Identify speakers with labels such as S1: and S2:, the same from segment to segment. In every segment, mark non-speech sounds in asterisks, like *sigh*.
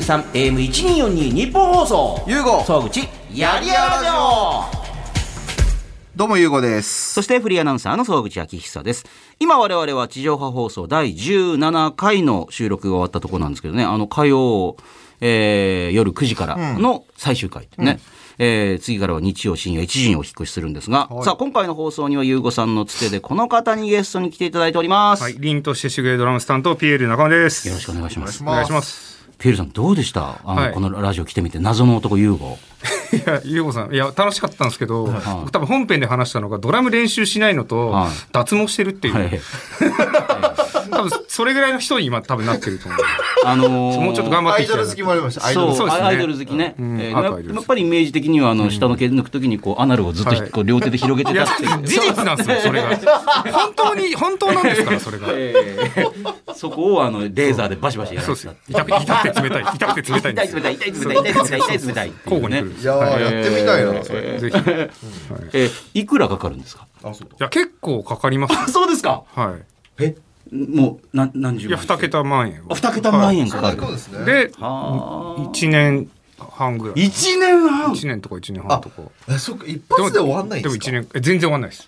S1: FM93AM1242 日本放送
S2: ゆうご
S1: 総口やりやらじょ
S2: どうもゆうごです
S3: そしてフリーアナウンサーの総口昭久です。今我々は地上波放送第17回の収録が終わったところなんですけどね、あの火曜、えー夜9時からの最終回ね。えー次からは日曜深夜1時にお引っ越しするんですが、さあ今回の放送にはゆうごさんのつてでこの方にゲストに来ていただいております。
S4: はい、凛としてしぐれドラムスタンとピエール中野です。
S3: よろしくお願いします。
S4: お願いします。
S3: ピエールさんどうでしたあの、
S4: はい
S3: このラジオ来てみて謎の男ユーゴ。
S4: いや、ゆうこさん、いや、楽しかったんですけど、僕多分本編で話したのが、ドラム練習しないのと、
S3: はい
S4: 脱毛してるっていう、
S3: はい。
S4: 多分それぐらいの人に今、多分なってると思う。
S3: あのー *laughs*
S4: もうちょっと頑張
S2: ア
S4: って
S2: イ
S4: いきた
S2: ド
S4: いな
S2: ル好きもありましたアイドル
S3: そう
S2: 好き
S4: そうですね
S3: アイドル好きね、
S4: ん
S3: えー
S4: あとアイドル好き
S3: やっぱりイメージ的にはあの下の毛抜く時にこうアナルをずっとひっこう両手で広げて
S4: いや、
S3: たっ
S4: 事
S3: ていう、
S4: 実なんですよ、それが。本当に、本当なんですから、それが。
S3: えーそこをあのレーザーでバシバシやら
S4: そう
S3: れ
S4: で
S3: て
S4: す
S3: た
S4: よ。痛く痛くて冷たい。痛くて冷たいん
S3: 痛
S4: で
S3: い
S4: すよ。
S3: 冷たい痛い冷たい痛い冷たい痛い冷たいってい
S4: 交
S3: うね
S4: 互に来るんです
S2: いやーやってみたいなそれ
S4: ぜひ。い
S3: えーいくらかかるんですか
S2: あそう
S4: や、結構かかります。
S3: そうですか
S4: はい。
S2: え
S3: もう何何十
S4: いや、
S3: 万
S4: 二桁万円
S3: あ二桁万円かかる、
S2: そうですね
S4: で、
S3: あー
S4: 一年半ぐらい。
S3: 一年半
S4: 一年とか一年半とか。
S2: えそっか一発で終わんないんですか
S4: でも一年え全然終わんないです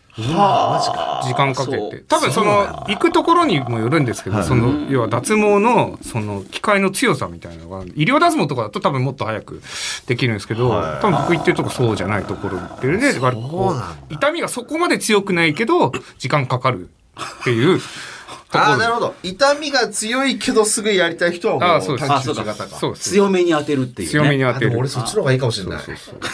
S4: 時間かけ
S3: そ
S4: て
S3: う
S4: 多分その行くところにもよるんですけど、その要は脱毛のその機械の強さみたいなのが医療脱毛とかだと多分もっと早くできるんですけど、多分僕行ってるとこそうじゃないところ行ってるね割とこう痛みがそこまで強くないけど時間かかるっていうところ
S2: *laughs* ああなるほど痛みが強いけどすぐやりたい人はも
S4: あーそう
S2: う
S4: です
S2: 短期中型か
S4: そうです
S3: 強めに当てるっていう、ね、
S4: 強めに当
S2: あ
S4: て
S2: で
S4: る
S2: も俺そっちの方がいいかもしれない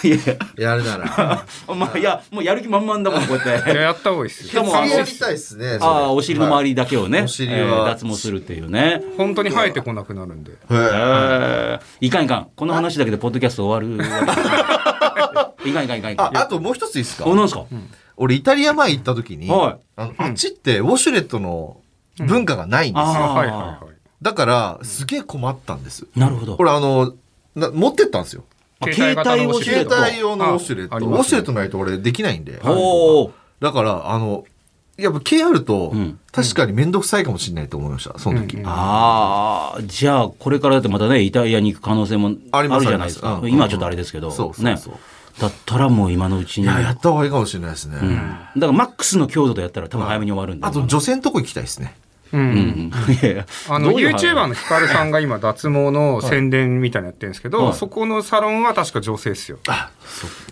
S3: いやいや
S2: やるなら
S3: お前いやもうやる気満々だもんこうやっ
S4: い
S3: て
S4: ややった方がいいです
S3: で
S4: よ
S3: も
S2: 釣りやりたいですねそれ
S3: ああお尻の周りだけをね、
S2: いお尻は
S3: えー脱毛するっていうね
S4: 本当に生えてこなくなるんで
S2: はいへえ
S3: えーいかんいかんこの話だけでポッドキャスト終わるわけいかんいかんいかんいかん
S2: ああともう一ついいですか
S3: おなんですか、
S2: 俺イタリア前行った時に、
S3: はい
S2: あのあっちってウォシュレットの文化がないんですよ、
S3: あー
S4: はいはいはい
S2: だからすげえ困ったんです
S3: なるほど
S2: 俺あのな持ってったんですよ
S3: あ携帯を
S2: 携
S4: 携
S3: ウォシュレット
S2: 帯用のウォシュレット、
S4: ああり
S2: ウ
S4: ますね
S2: ォシュレットないと俺できないんで、
S3: おお
S2: だからあのやっぱ毛あると、
S3: ん
S2: 確かに面倒くさいかもしれないと思いましたその時、
S4: うんうん
S3: ああじゃあこれからだってまたねイタリアに行く可能性もあ
S2: あり
S3: る
S2: ます
S3: じゃないですか
S2: あります
S3: 今はちょっとあれですけど、
S2: そうそうそう
S3: ねだったらもう今のうちに
S2: いややった方がいいかもしれないですね、
S3: うん、だからマックスの強度でやったら多分早めに終わるんで
S2: あと女性のとこ行きたいですね
S4: うん
S3: うんいやいや
S4: あの、
S3: どういう話
S4: YouTuber のヒカルさんが今、脱毛の宣伝みたいなのやってるんですけど、
S3: はい
S4: そこのサロンは確か女性ですよ。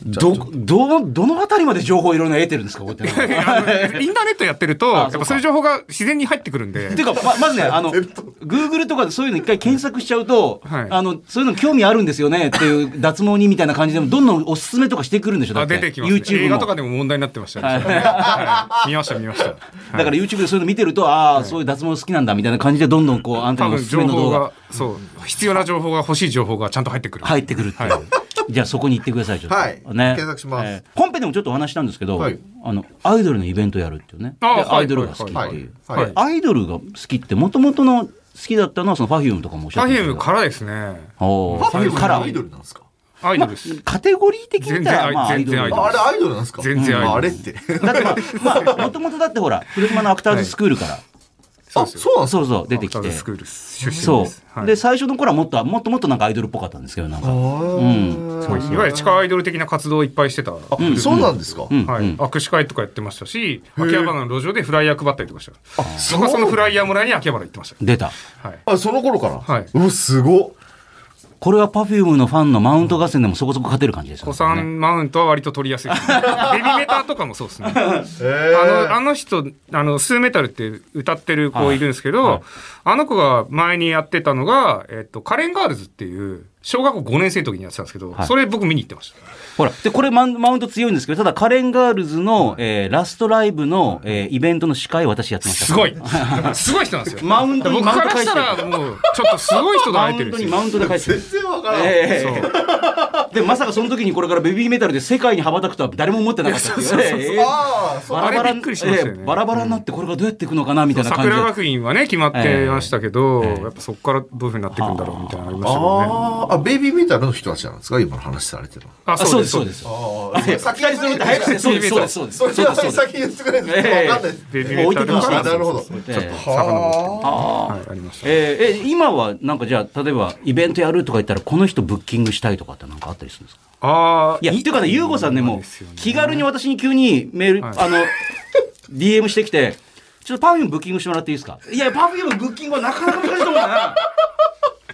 S3: どどどの辺りまで情報いろいろ得てるんですかこうやって *laughs*
S4: あのインターネットやってると、
S3: あ
S4: やっ
S3: そうか
S4: ぱそういう情報が自然に入ってくるんで
S3: て、いうかままずねあの Google とかでそういうの一回検索しちゃうと、
S4: はい
S3: あのそういうの興味あるんですよねっていう脱毛にみたいな感じでもどんどんおすすめとかしてくるんでしょだ
S4: あ
S3: って
S4: 出てきます、ね。
S3: YouTube も
S4: 映画とかでも問題になってましたね。はい見ました、見ました。
S3: *laughs* だから YouTube でそういうの見てるとああ、そういう脱毛好きなんだみたいな感じでどんどんこうあんた
S4: 多
S3: にお
S4: 分
S3: すすめ
S4: 情
S3: の動
S4: 報
S3: 画
S4: が、そう、必要な情報が欲しい情報がちゃんと入ってくる。
S3: 入ってくるっていう、
S4: はい
S3: じゃあそこに行ってくださいちょっと、
S2: はい検索します
S3: 本編でもちょっとお話したんですけど、
S2: はい
S3: あのアイドルのイベントやるっていうねで
S4: あはい
S3: アイドルが好きっていう、
S2: はい
S4: はい
S3: でアイドルが好きってもともとの好きだったのはその Perfume とかもおっしゃってましたけ
S4: Perfume
S3: ど
S4: からですね。
S3: おー
S2: パフューム
S3: カラ
S2: の
S3: ー
S2: アイドルなんですか
S4: アイドルです。
S3: カテゴリー的に言ったら、
S4: 全然
S3: まあ、アイ
S4: 全
S3: ドル
S4: 然
S3: だか
S4: アイドル
S2: ああれアイドルなんですか
S4: 全然アイドル
S2: まああれって
S3: ら、まあ、もともとだってほ
S4: *laughs*
S3: ら、広島のアクターズスクールから、
S2: あそうなんですか
S3: そうそう、出てき
S4: アフタ
S3: て。
S4: ーズスクール出身です。
S3: そう。
S4: はい
S3: で、最初の頃はもっと、もっともっとなんかアイドルっぽかったんですけど、なんか。うん。
S4: そうですいわゆる地下アイドル的な活動をいっぱいしてた。
S2: あそうなんですか、
S3: うん。
S4: は
S3: う
S4: い、
S3: ん
S4: 握手会とかやってましたし秋葉原の路上でフライヤー配ったりとかした僕はそのフライヤーもらいに秋葉原行ってました
S3: 出た。
S4: はい
S2: あその頃から、
S4: はい
S2: おすごっ
S3: これは Perfume のファンのマウント合戦でもそこそこ勝てる感じですよ
S4: 子
S3: ね。
S4: さんマウントは割と取り
S3: *laughs*
S4: やすいですねヘビメタとかもそうですねあ
S2: えー
S4: のあの人あのスーメタルって歌ってる子いるんですけど、あの子が前にやってたのが、えっと、カレンガールズっていう小学校5年生の時にやってたんですけど、
S3: はい
S4: それ僕見に行ってました
S3: ほら、で、これマウンマウント強いんですけど、ただ、カレンガールズの、えーラストライブの、えーイベントの司会私やってました。
S4: すごいすごい人なんですよ
S3: マウントに
S4: 僕
S3: マウン
S4: か
S3: ト
S4: ら
S3: 返
S4: し
S3: して
S4: たらもうちょっとすごい人と
S3: マ
S4: 会え
S3: ウ
S4: て
S3: ン
S4: るん
S3: ト
S4: です
S3: に
S4: よ
S3: マウントで返してる。
S2: 全然わからん、
S3: ええ
S4: そう
S3: だでまさかその時にこれからベビーメタルで世界に羽ばたくとは誰も思ってなかったっていうえー
S2: ああ、そう。
S3: バラバ
S4: あれ
S3: ラ
S4: びっくりしましたよね
S3: えーバラバラになってこれがどうやっていくのかなみたいな感じ
S4: 桜
S3: で
S4: 学院はね決まってましたけど、
S3: ええ
S4: やっぱそこからどういうふうになっていくんだろうみたいなのありましたもんね。
S2: あーあ、ベイビーメタルの人たちなんですか今の話されてるの。
S4: あ
S3: あそうですそうです
S2: あ
S3: え先に進めて早くしてそうですそうですそうですそうですそうです
S2: 先に作れるんですかわかんないです。
S4: ベビー
S3: もう
S4: メ
S3: 置い
S4: タ
S3: てきま
S4: ル
S3: した
S2: あなるほど。
S3: えー
S2: は
S4: はい、ありました。
S3: えーえ今はなんかじゃあ例えばイベントやるとか言ったらこの人ブッキングしたいとかってなんかあったりするんですか
S4: ああ
S3: い、や、っていうかね、ゆうごさんね、もう
S4: ですよね、
S3: 気軽に私に急にメール、
S4: はい
S3: あの、DM してきて、ちょっとパフュームブッキングしてもらっていいですかいや、パフュームブッキングはなかなか難しいと思う
S4: *laughs*
S3: な。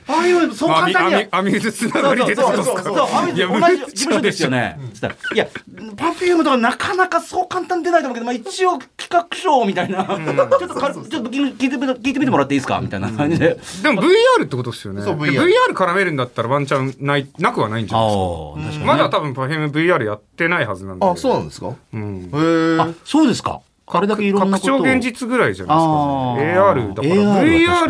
S3: パフューム、そう
S4: まあ
S3: 簡
S4: アミ
S3: 単に
S4: ア
S3: は
S4: ミ。アミューズつな
S3: そ
S4: が
S3: う
S4: り
S3: そう
S4: で
S3: そうそうそううそう
S4: どですか
S3: そう。アミ
S4: いや
S3: ューズ同じ事務所ですよね。つったらいや、パフュームとかなかなかそう簡単に出ないと思うけど、まあ一応企画書みたいな。ちょっと軽く、ちょっと聞いてみて聞いてみてもらっていいですかみたいな感じで。
S4: でも VR ってことですよね。
S2: そう VR
S4: で VR 絡めるんだったらワンチャンない、なくはないんじゃ
S3: あ
S4: ない
S3: あ
S4: で
S3: 確か
S4: すか。、
S3: に。
S4: まだ多分パフェム VR やってないはずなんで。
S2: あ、そうなんですかへ
S4: うん。
S2: え。
S3: そうですか。あれだけいろんな
S4: 拡
S3: こと
S4: 張
S3: を。
S4: 現実ぐらいじゃないです
S3: あ
S4: か、
S3: ー
S4: ね。AR だから
S3: AR は確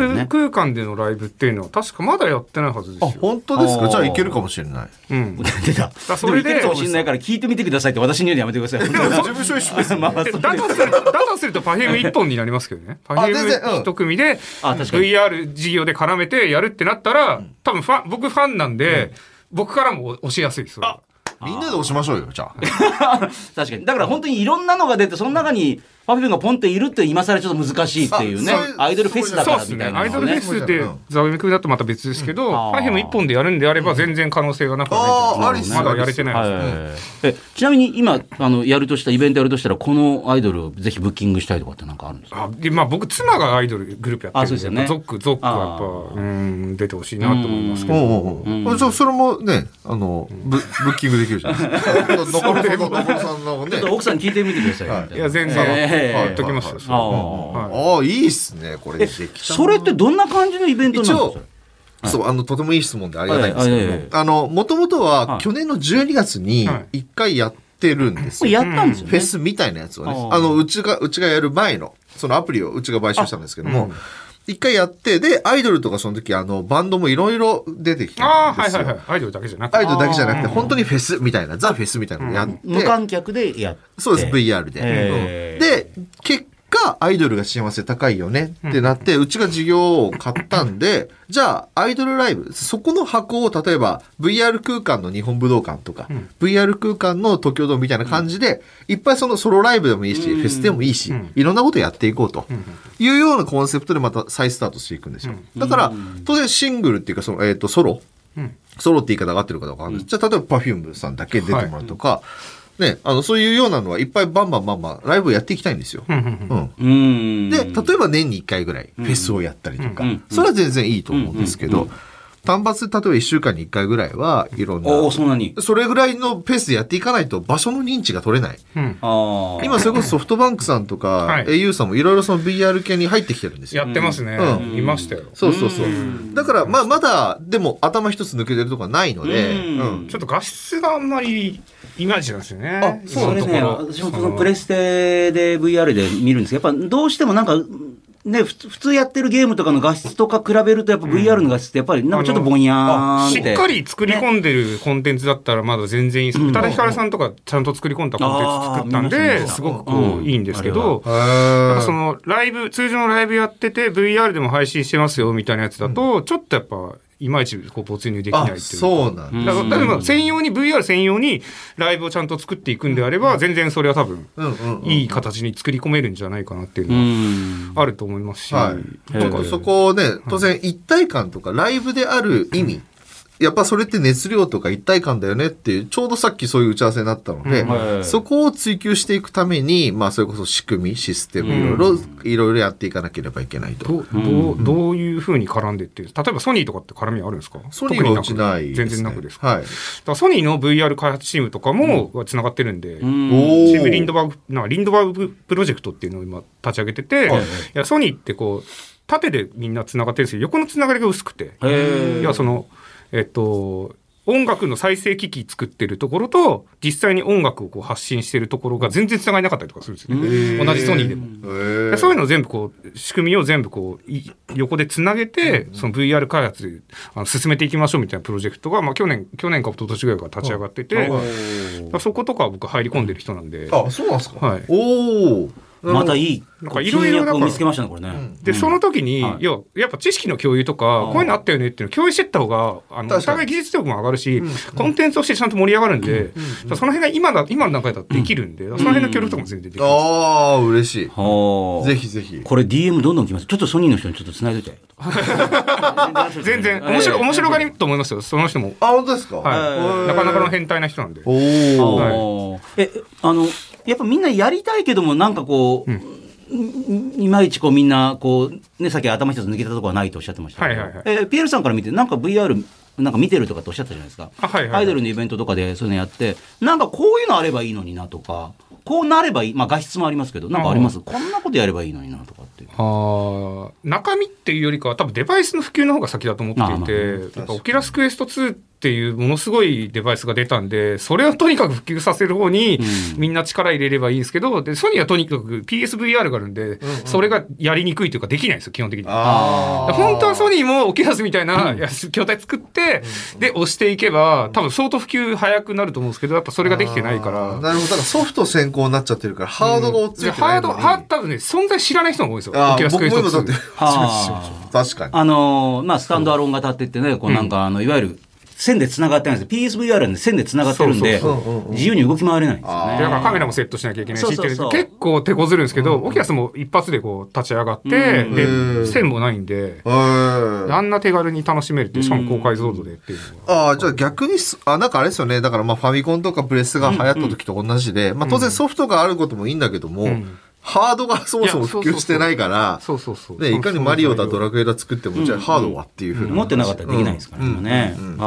S3: かにね
S4: VR 空間でのライブっていうのは確かまだやってないはずで
S2: あ、
S4: すよ。
S2: 本当です
S3: あ
S2: か
S3: ー
S2: じゃあいけるかもしれない。
S4: うん。
S3: 出た。
S4: ら
S3: そ
S4: そ
S3: れ
S4: れ
S3: でもいけ
S4: で
S3: るかもしれないから聞いてみてくださいって私に言うのやめてください。
S2: でも事務所一緒ですよね
S3: まあまあ
S4: で
S3: そう
S4: だとすると、だとするとパフェム一本になりますけどね。パフェ
S2: 全然う
S4: ム
S2: ん
S4: 一組で、
S3: あ確かに
S4: VR 事業で絡めてやるってなったら、多分ファン、僕ファンなんで、僕からも押しやすいです。それは
S2: *laughs* みんなで押しましょうよ、じゃあ。
S3: 確かに。だから本当にいろんなのが出て、その中に、パフュームがポンっているって今更ちょっと難しいっていうね
S2: あそういう。
S3: アイドルフェスだか
S4: そうで
S3: ら
S4: す
S3: み
S4: ね。
S3: たいな
S4: アイド
S3: の
S4: ルフ
S3: ね
S4: ェ。スで
S2: うん
S4: ザウミ君だとまた別ですけど、
S3: あー
S4: パフェム一本でやるんであれば全然可能性がなくはないじゃないですか
S2: あーありっす
S4: まだやれてないはず
S3: はいえちなみに今、あの、やるとした、イベントやるとしたら、このアイドルをぜひブッキングしたいとかってなんかあるんですか
S4: あでまあ僕妻がアイドルグループやって
S3: あ
S4: るん
S3: そう
S4: で
S3: ですよね
S4: ゾックゾックはやっぱうん出てほしいなと思いますけ
S2: お
S4: ど
S2: うおうおう。じゃあそれもね、あの、ブブッキングできるじゃないです *laughs* か。のこるさんの、のこるさんのね
S3: ちょっ。と奥さんに聞いてみてくださいよみた
S4: い
S3: いな。
S4: や
S3: え
S4: 全然
S3: え
S4: やっときますよそれ
S3: あー
S4: ははい
S2: ああ、いいっすね、これ。できたな
S3: それってどんな感じのイベントなんで
S2: 一
S3: すか
S2: 応、そう、あの、とてもいい質問でありがたいんです
S3: はいはい
S2: け
S3: はい
S2: ど、あの、もともと
S3: は
S2: はい去年の12月に
S4: はい
S2: 一回やってるんです
S3: これ
S2: よ。
S3: やったんですよね。
S2: フェスみたいなやつをね、
S3: あー
S2: あの、うちが、うちがやる前の、そのアプリをうちが買収したんですけども、一回やって、で、アイドルとかその時、あの、バンドもいろいろ出てきた
S4: あ
S2: ん
S4: ー
S2: で
S4: はい
S2: す
S4: はい
S2: よ
S4: はい。アイドルだけじゃなくて
S2: アイドルだけじゃなくて、本当にフェスみたいな、ザ・フェスみたいなのをやって、
S3: 無観客でやって。
S2: そうです、VR で。
S3: え
S2: うんで、結果、アイドルが幸せ高いよねってなって、うちが事業を買ったんで、じゃあ、アイドルライブ、そこの箱を例えば、VR 空間の日本武道館とか、VR 空間の東京ドームみたいな感じで、いっぱいそのソロライブでもいいし、フェスでもいいし、いろんなことやっていこうというようなコンセプトでまた再スタートしていくんですよ。だから、当然シングルっていうか、その、えっ、と、ソロ。ソロって言い方が合ってるかどうかわかんない、じゃあ例えば Perfume さんだけ出てもらうとか、ね、あのそういうようなのはいっぱいバンバンバンバンライブをやっていきたいんですよ。
S4: う
S2: うんん
S4: うんうん
S3: うん。
S2: で例えば年に1回ぐらいフェスをやったりとか、
S3: うん
S2: それは全然いいと思うんですけど、単発で例えば1週間に1回ぐらいはいろんな
S3: おお、そんなに。
S2: それぐらいのペースでやっていかないと場所の認知が取れない。
S4: うん
S3: ああ。
S2: 今それこそソフトバンクさんと
S4: は
S2: か
S4: い
S2: au さんもいろいろその VR 系に入ってきてるんですよ。
S4: やってますね
S2: うん
S4: いましたよ
S2: そうそうそう。だから、まあ、まだ、でも、頭一つ抜けてるとこはないので、
S3: うん
S2: うん
S4: ちょっと画質があんまりいまいちなんですよね
S2: あ
S3: そ
S4: 今
S3: れ
S4: のとこ
S3: ね、
S4: ろ
S3: 私もそのプレステで VR で見るんですけど、やっぱどうしてもなんか、ね、ふつ普通やってるゲームとかの画質とか比べると、やっぱ VR の画質ってやっぱりなんかちょっとぼんやーん
S4: あ
S3: って。
S4: しっかり作り込んでるコンテンツだったらまだ全然いいです宇多田ヒカルさんとかちゃんと作り込んだコンテンツ作ったん
S3: あー見ました見まし
S4: で
S3: た
S4: すごくこ
S3: う
S4: うんいいんですけど
S2: へー
S4: やっぱそのライブ通常のライブやってて VR でも配信してますよみたいなやつだとちょっとやっぱいまいちこう没入できないってい
S2: あ、
S4: う
S2: そうなんだ。
S4: だから例えば専用に VR 専用にライブをちゃんと作っていくんであれば全然それは多分
S2: うんうんうん。
S4: いい形に作り込めるんじゃないかなっていう
S3: う
S4: の
S3: ん。
S4: はあると思いますし、
S2: はい。
S4: なん
S2: 僕
S4: か
S2: そこをね、当然一体感とかライブである意味、やっぱそれって熱量とか一体感だよねっていう、ちょうどさっきそういう打ち合わせになったので、
S4: うん
S3: はい
S2: そこを追求していくために、まあそれこそ仕組み、システム、いろいろ、いろいろやっていかなければいけないと。
S4: どうどうどういうふうに絡んでっていう例えばソニーとかって絡みあるんですか
S2: ソニーはうち
S4: 特に
S2: ないです、
S4: 全
S2: ね。
S4: 然なくですか,、
S2: はい。
S4: ソニーの VR 開発チームとかもつながってるんで、
S2: お
S4: チームリンドバーグなんかリンドバーグプロジェクトっていうのを今立ち上げてて、い、やソニーってこう縦でみんなつながってるんですけど横のつながりが薄くて、
S3: へー
S4: いやそのえっと音楽の再生機器作ってるところと、実際に音楽をこう発信してるところが全然繋がりなかったりとかするんですよね。同じソニーでも。でそういうのを全部こう、仕組みを全部こう、い横でつなげて、その VR 開発であの進めていきましょうみたいなプロジェクトが、まあ去年、去年か一昨年ぐらいから立ち上がってて、だからそことかは僕入り込んでる人なんで。
S2: あ、そうなんですか。
S4: はい
S2: おお。
S3: またいい
S4: なん
S3: こ
S4: か
S3: う
S4: いろい
S3: 金
S4: ろ
S3: 額を
S4: なんか
S3: 見つけましたねこれね。
S4: で、その時に、
S3: はい
S4: いや、やっぱ知識の共有とか、こういうのあったよねっていうのを共有してった方が、あの、お
S2: 確かに
S4: 互い技術力も上がるし、コンテンツとしてちゃんと盛り上がるんで、その辺が今だ、今の段階だとできるんで、その辺の協力とかも全然できる。
S2: ああ、嬉しい。
S3: はあ
S2: ぜひぜひ。
S3: これ DM どんどん来ます。ちょっとソニーの人にちょっと繋いでて。
S4: *laughs* 全然、面白い、面白がりと思いますよ、その人も。
S2: あ、本当ですか。
S4: はい。なかなかの変態な人なんで。
S2: おお。
S4: はい
S3: おーえあのやっぱみんなやりたいけどもなんかこう、んいまいちこうみんなこうねさっき頭一つ抜けたとこはないとおっしゃってましたけど、
S4: はいはいはい
S3: えーピエールさんから見てなんか VR なんか見てるとかっておっしゃったじゃないですか、
S4: あはいはいはい
S3: アイドルのイベントとかでそういうのやってなんかこういうのあればいいのになとかこうなればいいまあ画質もありますけどなんかありますこんなことやればいいのになとかっていう
S4: あー中身っていうよりかは多分デバイスの普及の方が先だと思
S3: あー
S4: っ
S3: まあ
S4: ていてやっぱオキュラスクエスト2っていうものすごいデバイスが出たんでそれをとにかく普及させる方に
S3: うん
S4: みんな力入れればいいんですけどでソニーはとにかく PSVR があるんでそれがやりにくいというかできないんですよ基本的に。
S2: ああ。
S4: 本当はソニーもオキュラスみたいなやつ筐体作って、で、押していけば、多分相当普及早くなると思うんですけど、やっぱそれができてないから。
S2: なるほど。だからソフト先行になっちゃってるから、ハードが追っつい
S4: で
S2: てな
S4: ハ
S2: い
S4: ー
S2: の
S4: ド、
S2: に。
S4: ハード多分ね、存在知らない人が多いんですよ。
S2: あ
S4: オキュ
S2: あ、
S4: ラス
S2: 僕
S4: ク
S2: も
S4: エス
S2: 今だ
S4: ト
S2: って。
S4: 2。
S3: は
S2: *laughs* 確かに。
S3: あのーまあ、スタンドアローン型って言ってね、こうなんか、あの、いわゆる、線で繋がってないんですよ PSVR なんで線で繋がってるんで
S2: そうそうそううんうんう、ん
S3: 自由に動き回れないんですよ
S4: でだ
S3: ね。
S4: からカメラもセットしなきゃいけないし
S3: そう
S4: っ
S3: そう
S4: て
S3: そう
S4: 結構手こずるんですけど、オキュラスも一発でこう立ち上がって、で、線もないんで、
S2: あ
S4: あんな手軽に楽しめるっていう、しかも高解像度でっていうのは。
S2: あーじゃあ逆にす、あ、なんかあれですよね。だからまあファミコンとかプレスが流行った時と同じで、まあ当然ソフトがあることもいいんだけども、
S4: ん
S2: ハードがそもそも普
S4: いやそうそうそう
S2: 及してないから、
S4: そうそうそう。
S2: ね、いかにマリオだ、ド
S4: ラ
S2: ラクエだ作っても、じゃあハードはっていうふうに、
S3: 持ってなかったらできないですからね今ね。あ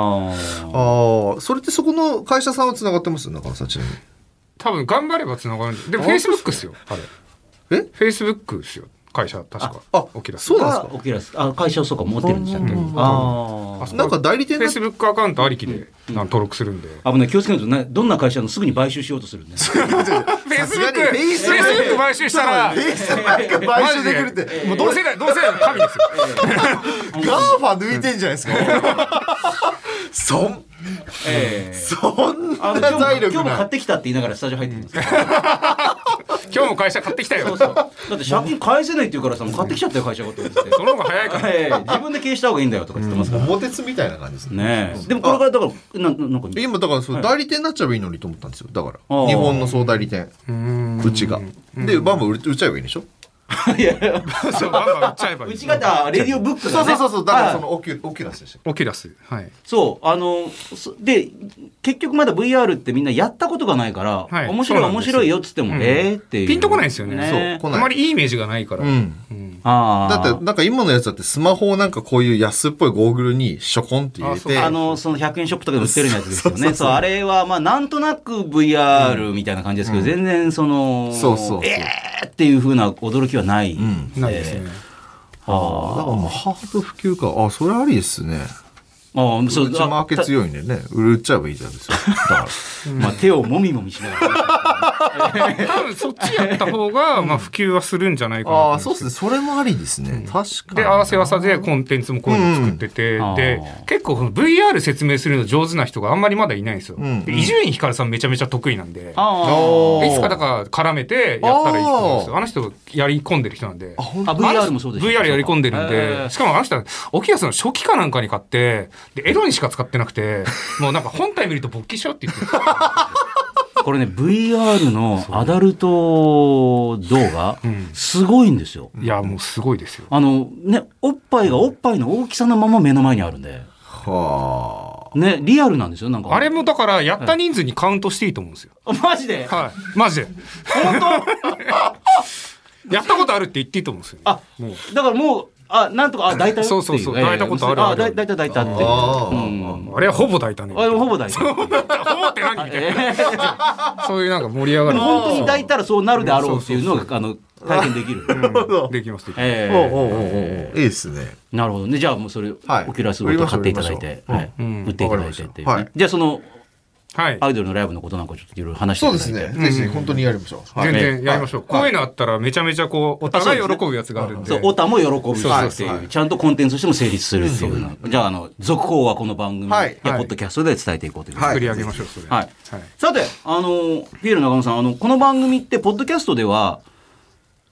S3: ー
S2: ああ、それってそこの会社さんは繋がってます中野さん、ちなみに。
S4: 多分頑張れば繋がるんで。でも Facebook っすよ、あれ。
S2: え
S4: ?Facebook っすよ、会社、確か。
S2: あ
S4: オキュラス。
S2: そうなんですか
S3: がオキュラス。あ、会社をそうか持ってるんでしたっけ。あ
S4: あそ
S2: なんか代理店だ
S4: Facebook アカウントありきでなんか登録するんで。
S3: あ。危ない。気をつけないとね、どんな会社のすぐに買収しようとするんで。
S4: Facebook!
S2: フェイスブック
S4: Facebook 買収した
S2: な
S4: ら、
S2: んか買収できるって、
S4: もう同世代、同世代の神です
S2: *laughs*
S4: よ。
S2: ガーファ抜いてんじゃないですか。 *laughs* そん、
S3: ええ。
S2: そん
S3: あ
S2: な
S3: の今日も
S2: 財
S3: 今
S2: 力
S3: 日も買
S2: な
S3: ってきたって言いながらスタジオ入ってきますから。
S4: 今日も会社買ってきたよ。
S3: そう
S4: そ
S3: そう。だって借金返せないって言うからさ、もう買ってきちゃったよ、会社ごとって言って。
S2: *laughs*
S4: の方が早いから。
S3: ええ自分で経営した方がいいんだよとか言ってますから。
S2: い。モテツみたいな感じですね。
S3: ねえ。でもこれからだから、ななんか、
S2: 今だからそう、代理店になっちゃえばいいのにと思ったんですよ。だか
S3: あー
S2: ら、日本の総代理店、うちが。で、バンバン売れ売っちゃえばいいんでしょ
S3: いやいや
S4: *laughs* そう、バンバン売っちゃえばいい。
S3: 内方レディオブック
S2: そ
S3: が、
S2: う
S3: ね、
S2: そうそうそう、だからそ
S3: はい
S2: のオキュオキュラスでした。
S4: オキュラス。はい。
S3: そうあのそで結局まだ VR ってみんなやったことがないから、
S4: はい
S3: 面白い
S4: そうなん
S3: 面
S4: ですよ
S3: 白いよっつっても、
S4: うん
S3: えーっていう
S4: ピンとこないんですよね
S3: ね
S2: そうこ
S4: あ
S2: ない
S4: まりいいイメージがないから。
S2: うん。
S3: あ
S2: だ
S3: あ
S2: って、なんか今のやつだってスマホをなんかこういう安っぽいゴーグルにしょこんって入れ
S4: あそう
S2: て、
S3: あのその100円ショップとかで売ってるやつですよねそうあれはまあなんとなく VR みたいな感じですけど、全然その
S2: そうそうそう
S3: えーっていうふうな驚きはない、
S2: うん。
S4: ないですね。
S3: あ
S2: だからもうハード普及か。あ、それありですね。
S3: ーあーそう
S2: うちマーケ強いんでね、売っちゃえばいいじゃないですか。だから。
S3: まあ、手をもみもみしなが
S2: *laughs*
S3: ら
S4: 多分そっちやった方が、まあ普及はするんじゃないかなと
S2: あ
S4: 思
S2: あ、
S4: います
S2: そうですね。それもありですね。確かに。
S4: で、合わせ技でコンテンツもこういうの作ってて、
S3: うん
S4: で
S3: あー、
S4: 結構この VR 説明するの上手な人があんまりまだいないんですよ。
S2: ん
S4: で伊集院光さんめちゃめちゃ得意なんで、いつか
S3: あ
S2: おー
S4: だから絡めてやったらいいと思うんですよ。あの人やり込んでる人なんで。
S3: ーあ VR もそうです
S4: VR やり込んでるん
S3: えー
S4: で、しかもあの人は、沖安の初期かなんかに買って、で、エロにしか使ってな
S3: *laughs*
S4: くて、もうなんか本体見ると勃起しようって言ってる
S3: これね VR のアダルト動画
S4: ん
S3: すごいんですよ。
S4: いや、もうすごいですよ。
S3: あのねおっぱいがおっぱいの大きさのまま目の前にあるんで
S2: は
S3: ねリアルなんですよなんか
S4: あれもだから、やった人数にカウントしていいと思うんですよ。
S3: あ *laughs* マジで
S4: はい。マジで。本当 *laughs* やったことあるって言っていいと思うんですよね。
S3: あ
S4: もう。
S3: だからもうあなんとかあ抱いたよっていう
S4: そうそうそう抱いたことある
S3: あ抱い抱いた抱いたっていう
S2: あ
S3: うん
S4: あれはほぼ抱いたね。
S3: あでもほぼ抱いた
S4: ほぼって何みたい
S3: えー
S4: な。そういうなんか盛り上が
S3: で
S4: る。
S3: も本当に抱いたらそうなるであろうっていうのがあの体験できる。
S2: ほど
S4: できますできます
S3: え
S2: おう
S3: え
S2: おうおうおういいですね。
S3: なるほどね。じゃあもうそれ、
S2: はい
S3: オキュラスゴールド買っていただいて、
S2: 売りましょう
S3: はい
S4: うん
S3: 売っていただいてっていうね、
S2: わかりましたはい
S3: じゃあその
S4: はい
S3: アイドルのライブのことなんかちょっといろいろ話してい
S2: そう
S3: た
S2: で
S3: だい
S2: す
S3: て。
S2: ね。ぜひ、本当にやりましょう。はい
S4: 全然やりましょう。
S2: はい
S4: こういうのあったらめちゃめちゃこう、お互い喜ぶやつがあるんで。
S3: そう、オタも喜ぶし
S2: そう
S3: って
S2: そ
S3: いう
S2: そう
S3: う、ちゃんとコンテンツとしても成立するっていうの。じゃあ、あの、続報はこの番組や、
S2: はい
S3: ポ
S2: はい
S3: ッドキャストで伝えていこうということで
S4: 作り上げましょう、それ。
S3: はい
S4: はい。
S3: さて、あの、ピエール中野さん、あの、この番組って、ポッドキャストでは、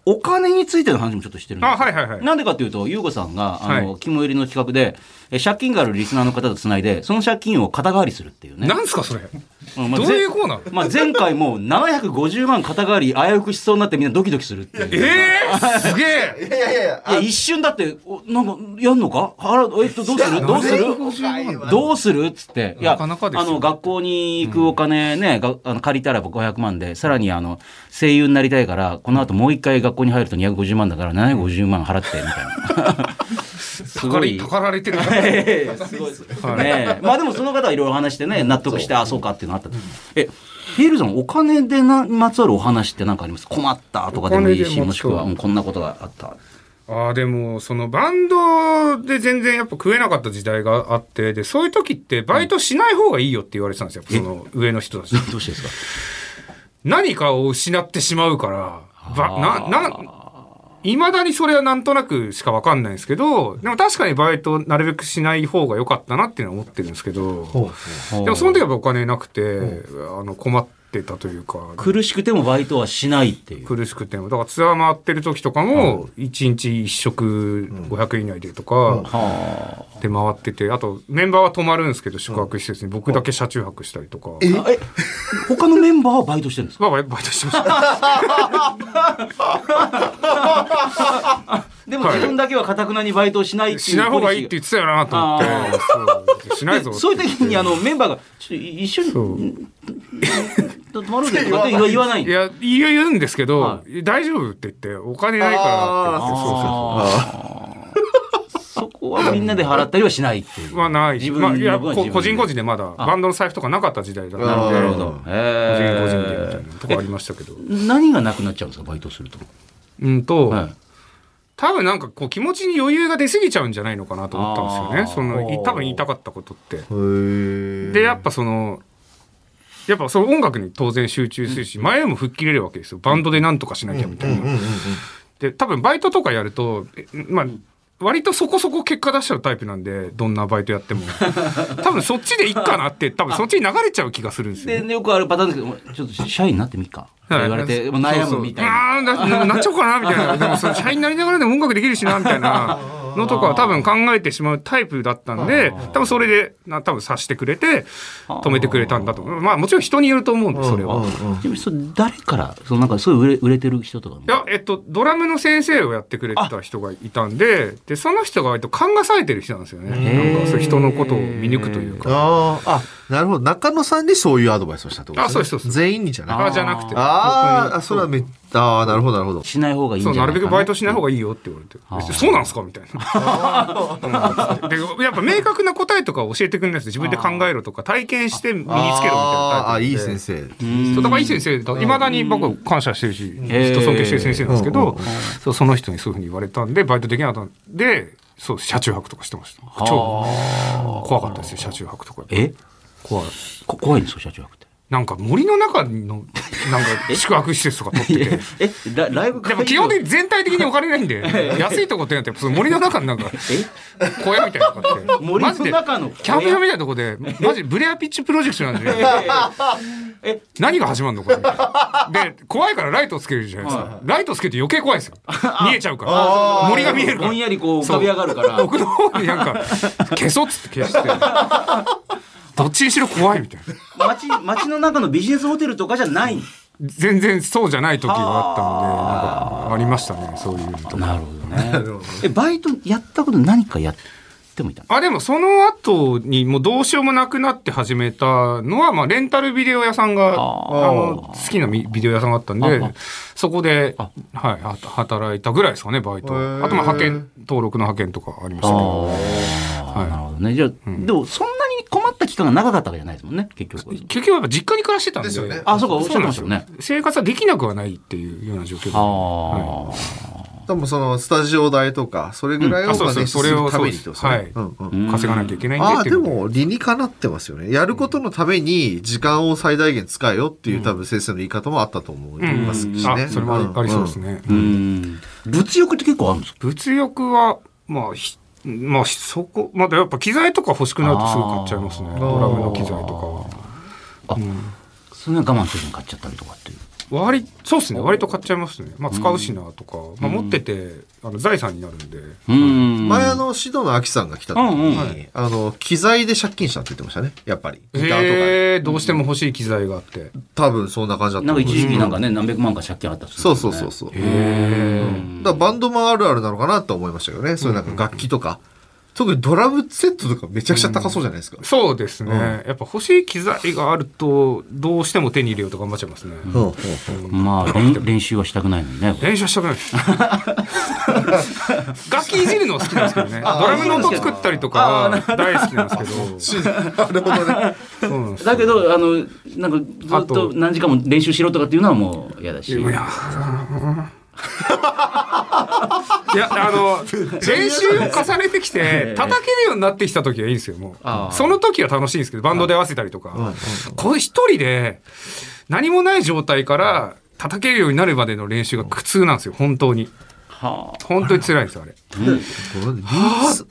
S3: お金についての話もちょっとしてるんですよ
S4: あはいはいはい
S3: なんでかというと、ゆうごさんが、あの、
S4: はい
S3: 肝入りの企画で、え借金があるリスナーの方とつないで、その借金を肩代わりするっていうね。
S4: なんすか、それ。
S3: うんまあ
S4: どういうコーナー
S3: ぜまあ、前回も750万肩代わり危うくしそうになってみんなドキドキするっていう。
S4: ええすげえ
S2: いやいやいや
S3: いや、一瞬だって、おなんか、やんのか払う、えっと、どうするどうする
S2: 750万
S3: どうするっつって。いや、
S4: なかなかですよ
S3: あの、学校に行くお金ね、があの借りたら500万で、さらにあの、声優になりたいから、この後もう一回学校に入ると250万だから、750万払って、みたいな。 *laughs*
S4: *laughs*
S3: す
S4: たか
S3: ごい
S4: り、た。かられ
S3: *laughs*
S4: てる。
S3: ええすごいですね
S4: はい
S3: え。まあでもその方はいろいろ話してね、納得して、あ、そうかっていうのあったと。え、ヒールさん、お金でなまつわるお話って何かあります困ったとかでもいい
S4: お金
S3: し、
S4: で
S3: も
S4: ま
S3: し
S4: つ
S3: く
S4: わる
S3: は、うんこんなことがあった。
S4: ああ、でも、そのバンドで全然やっぱ食えなかった時代があって、で、そういう時ってバイトしない方がいいよって言われてたんですよ。その上の人たち *laughs* に。
S3: どうしてですか
S4: 何かを失ってしまうから、ば、な、な、いまだにそれはなんとなくしかわかんないんですけど、でも確かにバイトなるべくしない方が良かったなっていうのは思ってるんですけど、でもその時はやっぱお金なくて、あの困ってたというか、
S3: 苦しくてもバイトはしないっていう。
S4: 苦しくても、だからツアー回ってる時とかも、1日1食500円以内でとか、
S3: は
S4: で回ってて、あとメンバーは泊まるんですけど、宿泊施設に僕だけ車中泊したりとか、
S3: あ。え、他のメンバーはバイトしてるん *laughs* ですか
S4: まあバイバイトしてました。
S3: でも
S4: はい
S3: 自分だけはかたくなにバイトをしないっていう。
S4: しない方がいいって言ってたよなと思って
S3: あ、
S4: そうしないぞって言って。
S3: そういう時にあのメンバーが、ちょっと一緒
S4: そ
S3: に
S4: う
S3: 泊まろうぜとかって言わ言わないん
S4: い
S3: だ。
S4: や、言う言うんですけど、
S3: は
S4: 大丈夫って言って、お金ないからって言って、そうそう
S3: あーそこはみんなで払ったりはしないってい。
S4: そうう。はないし、
S3: 自分
S4: まあ、いや、
S3: の分は自分で
S4: こ個人個人でまだ、バンドの財布とかなかった時代だったの
S2: あ
S4: で、
S3: な
S2: ー
S3: る
S4: 個
S3: ほど。
S4: 人個人でみ
S3: へ
S4: た
S3: ー
S4: いなとこありましたけど。
S3: 何がなくなっちゃうんですか、バイトすると。
S4: うんと、
S3: はい
S4: 多分なんかこう気持ちに余裕が出過ぎちゃうんじゃないのかなと思ったんですよ
S3: あ
S4: ね。
S3: ー
S4: その、い多分言いたかったことって。
S2: へえ
S4: で、やっぱその、やっぱその音楽に当然集中するし、前も吹っ切れるわけですよ。バンドでなんとかしなきゃみたいな。で多分バイトとかやると、えまあ、割とそこそこ結果出しちゃうタイプなんでどんなバイトやっても多分そっちでいっかなって多分そっちに流れちゃう気がするんですよ。
S3: で、よくあるパターンですけどお前、ちょっと社員になってみっか。って
S4: はい
S3: 言われて、もう悩むみたいな。
S4: そうそうあーなななっちゃおうかなみた
S3: *laughs*
S4: いなでもその社員になりながらでも音楽できるしなみたいなのとかは多分考えてしまうタイプだったんで多分それでな多分察してくれて止めてくれたんだと思うまあもちろん人によると思うんでそれは。
S3: ちなみにそれ誰から、そのなんかすごい売れ売れてる人とかも
S4: いや、えっと、ドラムの先生をやってくれてた人がいたんで、で、その人が割と勘が冴えてる人なんですよね。
S3: へー
S4: なんか、そういう人のことを見抜くというか。
S2: あーあなるほど中野さんにそういうアドバイスをしたってこと
S4: あそうですそうです
S2: 全員にじゃない
S4: あじゃなくて。
S2: あーあそれはめっあーなるほどなるほど
S3: しない方がいいんじ
S4: そ
S3: ゃ
S4: う
S3: ないか
S4: なるべくバイト
S3: し
S4: しない方がいいよって言われて「えそうなんすか?」みたいな。うんでやっぱ明確な答えとかを教えてくれないです自分で考えろとか体験して身につけろみたいな
S2: あー
S4: タ
S2: あ
S4: イ
S2: いい
S4: プなんで
S2: 先生
S4: そうだからいい先生だいまだに僕は感謝してるし
S3: へー
S4: 人尊敬してる先生なんですけどそうその人にそういうふうに言われたんでバイトできなかったんでそう車中泊とかしてました超怖かったですよ車中泊とか
S3: え
S4: 怖い
S3: こ怖いんですか社長役って
S4: なんか森の中のなんか宿泊施設とか取ってて。
S3: えラライブ
S4: でも基本的に全体的にお金ないんで、
S3: *laughs*
S4: 安いとこってなって、その森の中のなんか、小屋みたいなとこあって、
S3: 森の
S4: マジで
S3: 中の小屋
S4: キャンプ場みたいなとこで、マジブレアピッチプロジェクションなんで、
S3: *laughs* え
S4: 何が始まるのこれみたいな。で、怖いからライトつけるじゃないですか。ライトつけると余計怖いです
S3: *laughs*
S4: よ。見えちゃうから。森が見えるか
S3: ぼ
S4: ら
S3: ん。やりこう浮かび上がるから
S4: 奥の方になんか、消そうっつって消して。
S3: *laughs*
S4: どっちにしろ怖いみたいな。
S3: 街街の中のビジネスホテルとかじゃない
S4: 全然そうじゃない時があったので、なんかありましたね、そういうのとか。
S3: なるほど
S4: *laughs*
S3: ねえバイトやったこと何かやってもいたの
S4: あ、でもその後にもうどうしようもなくなって始めたのは、まあレンタルビデオ屋さんが、あの、好きなみビデオ屋さんがあったんで、そこで、はい、は働いたぐらいですかね、バイト。
S2: へー
S4: あとまあ派遣、登録の派遣とかありましたけど。
S3: なるほどねじゃあ、でもそんなに困った期間が長かったわけじゃないですもんね、結局。
S4: 結局やっぱ実家に暮らしてたんで
S2: ですよね
S3: あ、そうか、おっしゃ
S4: そ
S3: って
S4: うなん
S3: ま
S4: で
S3: した
S4: す
S3: も
S4: よ
S3: んね。
S4: 生活はできなくはないっていうような状況です
S3: ああ、
S2: 多分そのスタジオ代とかそれぐらいを
S4: うんあそ
S2: お
S4: うそう
S2: 金
S4: それを
S2: ためにってことですね
S4: そうです
S2: うんうん
S3: うん
S4: 稼がなきゃいけないんで
S2: あ
S4: っ
S2: あ
S4: て
S2: で
S4: いう
S2: も理にかなってますよねやることのために時間を最大限使えよっていう多分先生の言い方もあったと思い
S4: うん
S2: ますしね、
S4: あそれもありありそうです
S2: ね、
S4: ね、
S3: うん。物欲って結構あるんですか
S4: 物欲はまあひまあそこまだやっぱ機材とか欲しくなるとすぐ買っちゃいますね
S3: あー
S4: ドラムの機材とかは、うん
S3: それは我慢せずに買っちゃったりとかっていう。
S4: 割そうですね割と買っちゃいますねまあ使うしなとか、まあ、持っててあの財産になるんで
S3: うん。
S2: 前あのシドのアキさんが来た時
S3: うんうん
S2: に、
S3: はい
S2: あの機材で借金したって言ってましたねやっぱりギターとかで
S4: へえどうしても欲しい機材があって
S2: 多分そんな感じだっ
S3: な
S2: た
S3: ん
S2: と
S3: か
S2: 思う
S3: 一時期なんかね、何百万か借金あったっつって
S2: そ
S3: ま
S2: う
S3: した
S2: そ
S3: ね
S2: うそうそう
S4: へえ
S2: だからバンドもあるあるなのかなと思いましたけどねそういうなんか楽器とか、特にドラムセットとかめちゃくちゃ高そうじゃないですか、
S4: そうですね、
S2: うん
S4: やっぱ欲しい機材があるとどうしても手に入れようと頑張っちゃいますね、
S2: うんうんうん
S3: まあ、練練習はしたくないのにね。
S4: 練習はした *laughs* くないです楽器いじるのは好きなんですけどねドラムの音作ったりとかは大好きなんですけど
S2: なるほどね。
S4: *laughs* そうなんですよ
S3: だけど、あの、なんかずっ
S4: あ
S3: と
S4: と
S3: 何時間も練習しろとかっていうのはもう嫌だし。
S4: いやいやあの練習を重ねてきて叩けるようになってきた時はいいんですよも
S3: あー
S4: うその時は楽しいんですけどバンドで合わせたりとかこう一人で何もない状態から叩けるようになるまでの練習が苦痛なんですよ本当に
S3: はあ。
S4: 本当に辛いんですよあれ
S2: これリース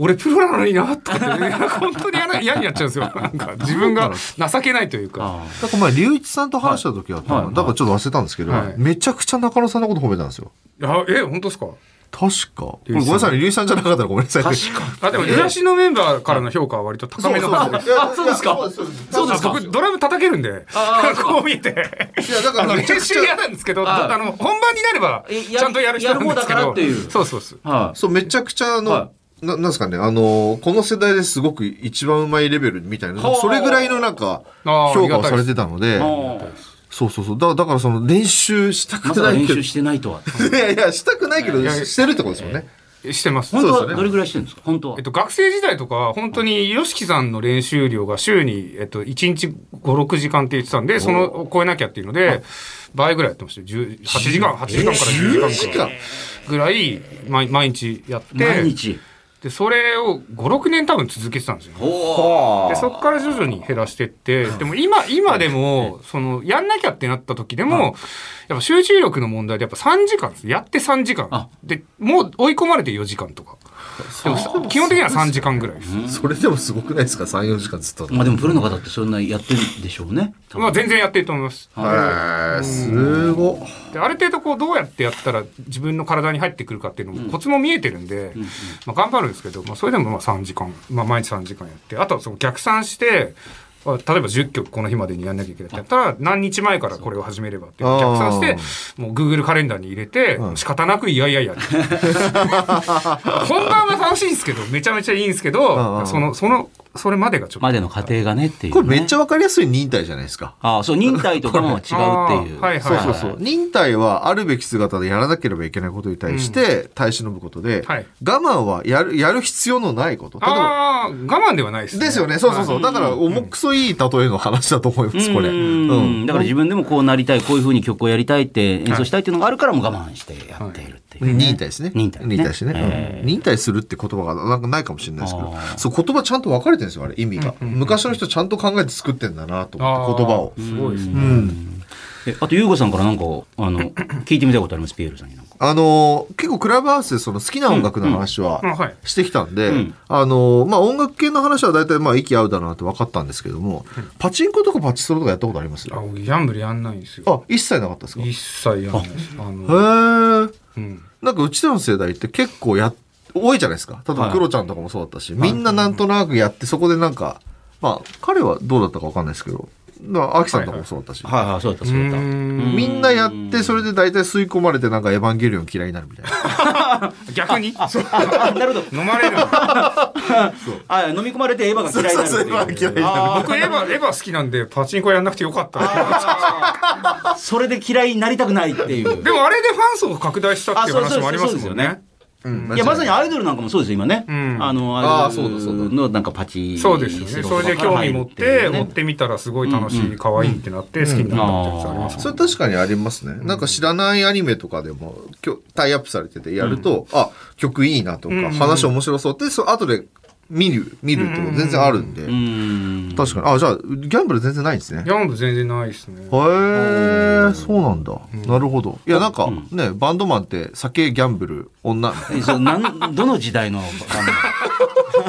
S4: 俺プロなのになとかって、ね、 *laughs* 本当に嫌な嫌になっちゃうんですよなんか自分が情けないというか
S3: ああ
S2: なんか前、隆一さんと話した時は、
S3: はいはい
S2: だからちょっと忘れたんですけど、
S4: はい
S2: めちゃくちゃ中野さんのこと褒めたんですよ。
S4: あえ本当ですか
S2: 確か。これ
S4: 隆一さん
S2: ごめんなさい、隆一さんじゃなかったらごめんなさい。確か。
S4: あでも出だしのメンバーからの評価は割と高
S2: そう
S4: め
S2: そ
S4: の
S2: う
S4: 方
S2: そ
S4: で
S2: う。いやいや
S3: あそうですか
S2: そうです
S3: そうですか
S4: 僕ドラム叩けるんでこう見えて
S2: いや、だか
S4: あ
S2: ら
S4: の
S2: めちゃ
S4: 練
S2: くち
S4: 習嫌
S2: ゃ、
S4: なんですけど
S3: はい
S4: あの本番になれば
S3: えやる
S4: ちゃんとやる人なんですけ
S3: やる方だからっ
S4: ど
S3: ていう
S4: そうそうそう
S3: は
S2: そう、めちゃくちゃあの、
S3: は
S2: ななんですかね、あの、この世代ですごく一番うまいレベルみたいな
S3: ほう、
S2: それぐらいのなんか、
S4: あー
S2: 評価を
S4: ありがたい
S2: さ
S4: で
S2: れ
S4: す
S2: てたので
S3: い。、ああ
S2: そうそうそう。だだからその練習した
S3: ま
S2: く
S3: さか
S2: ない
S3: 練
S2: けど、
S3: 習
S2: い
S3: してないとは。
S2: やいや、したくないけど、
S4: いやいや
S2: ししてるってことですもんね。
S4: してます
S3: 本当
S2: *laughs* そう
S3: は
S2: ですね
S3: どれぐらいしてるんですか本当は
S4: えっ。と、学生時代とか、本当に、ヨシキさんの練習量が週に、えっと、1日5、6時間って言ってたんで、そのを超えなきゃっていうので、倍ぐらいやってましたよ。10 8時間、8時間から10時間くらいぐらい、毎毎日やって、
S3: 毎日。
S4: で、それを5、6年多分続けてたんですよ。で、そこから徐々に減らしてって、でも今、今でも、その、やんなきゃってなった時でも、やっぱ集中力の問題で、やっぱ3時間です。やって3時
S3: あ
S4: 間。で、もう追い込まれて4時間とか。でも基本的には3時間ぐらいです。
S2: それでもすごくないですか ?3、4時間ずっと。
S3: まあでもプロの方ってそんなやってるんでしょうね。多分
S4: まあ、全然やってると思います。
S2: へーすごっ。
S4: である程度こうどうやってやったら自分の体に入ってくるかっていうのもコツも見えてるんで、まあ、頑張るんですけど、まあ、それでもまあ3時間、まあ、毎日3時間やってあとはその逆算してあ例えば10曲この日までにやんなきゃいけないってやったら何日前からこれを始めればっていう
S2: あー
S4: 逆算してもう Google カレンダーに入れて、仕方なくいやいや
S2: *laughs*
S4: いやって本番は楽しいんですけどめちゃめちゃいいんですけ
S2: うんうん
S4: どそのそのそれまでがちょっと
S3: までの過程がねっていう、
S2: これめっち
S3: ゃ。
S2: ゃわかりやすい忍耐じゃないですか。
S3: ああ、そう、忍耐と我慢は違うっていう。
S4: ああはいはい
S2: そうそうそう。忍耐はあるべき姿でやらなければいけないことに対して耐え忍ぶことで、
S4: はい
S2: 我慢はやる、やる必要のないこと。例えば
S4: ああー我慢ではないですね
S2: ですよね。そうそうそう。だから、重くそいい例えの話だと思います、これ。
S3: うんだから自分でもこうなりたい、こういうふうに曲をやりたいって演奏したいっていうのがあるからもう我慢してやっているっていうね、
S2: 忍耐ですね。
S3: 忍耐、ね。
S2: 忍耐してね、
S3: え
S2: うん忍耐するって言葉がなんかないかもしれないですけど
S3: あー、
S2: そう、言葉ちゃんと分かれてるんですよ、あれ、意味が。昔の人ちゃんと考えて作ってんだなと思って、言葉を
S4: あ。ーすごいですね、
S3: ーえあと、ゆうごさんからなんか、あの、聞いてみたいことあります、ピエールさんになんか。
S2: あのー結構クラブハウスでその好きな音楽の話は
S4: うんうんはい
S2: してきたんで、
S3: ん
S2: あのーまあ音楽系の話は大体まあ息合うだなって分かったんですけども、パチンコとかパチスロとかやったことあります
S4: あ
S2: あ、
S4: 僕ギャンブルやんないんですよ
S2: 一切なかったですかへ
S4: 一切やんないです。あの、
S2: え。
S4: うん。
S2: なんかうちらの世代って結構や、多いじゃないですか。例え
S3: は
S2: ば
S3: い
S2: クロちゃんとかもそうだったし、みんななんとなくやって、そこでなんか、まあ彼はどうだったか分かんないですけど、まあ、アキさんとかもそうだったし、
S3: はいはい、そうだった、そうだった。
S4: うん
S2: みんなやって、それで大体吸い込まれてなんかエヴァンゲリオン嫌いになるみたいな。
S4: 逆に
S3: あなるほど。
S4: 飲まれる。
S3: あ、飲み込まれてエヴァが嫌いになるっていう。
S2: *laughs* そうそうエヴァが嫌いになる
S3: あ
S4: 僕エヴァ、エヴァ好きなんで、パチンコやんなくてよかった。
S3: ーそれで嫌いになりたくないっていう。
S4: でもあれでファン層が拡大したっていう話もありますもん
S3: あそうそ
S4: ね。
S3: うそうそうですよね
S2: うん
S3: いやまさにアイドルなんかもそうですよ今ね、
S4: うん
S3: あの
S2: あー
S3: アイド
S2: そうだそう
S3: ル
S2: だ
S3: のなんかパチ
S4: そうですよね。それで興味持って、追ってみたらすごい楽し
S3: うんう
S4: い、可愛いってなって、好きになったってやつありますもんね
S2: それ確かにありますね。なんか知らないアニメとかでも、きょタイアップされててやると、あ、曲いいなと
S4: うんう
S2: か、
S4: ん
S2: 話面白そうって、その後で見る、見るってこと全然あるんで
S3: う。ん
S2: 確かに。あ、じゃあ、ギャンブル全然ないんですね。
S4: ギャンブル全然ないです
S2: へ
S4: ね。
S2: え、そうなんだ。なるほど。いや、なんかね、バンドマンって酒、ギャンブル、女みたい
S3: えそうなんどの時代の
S2: *laughs* な。い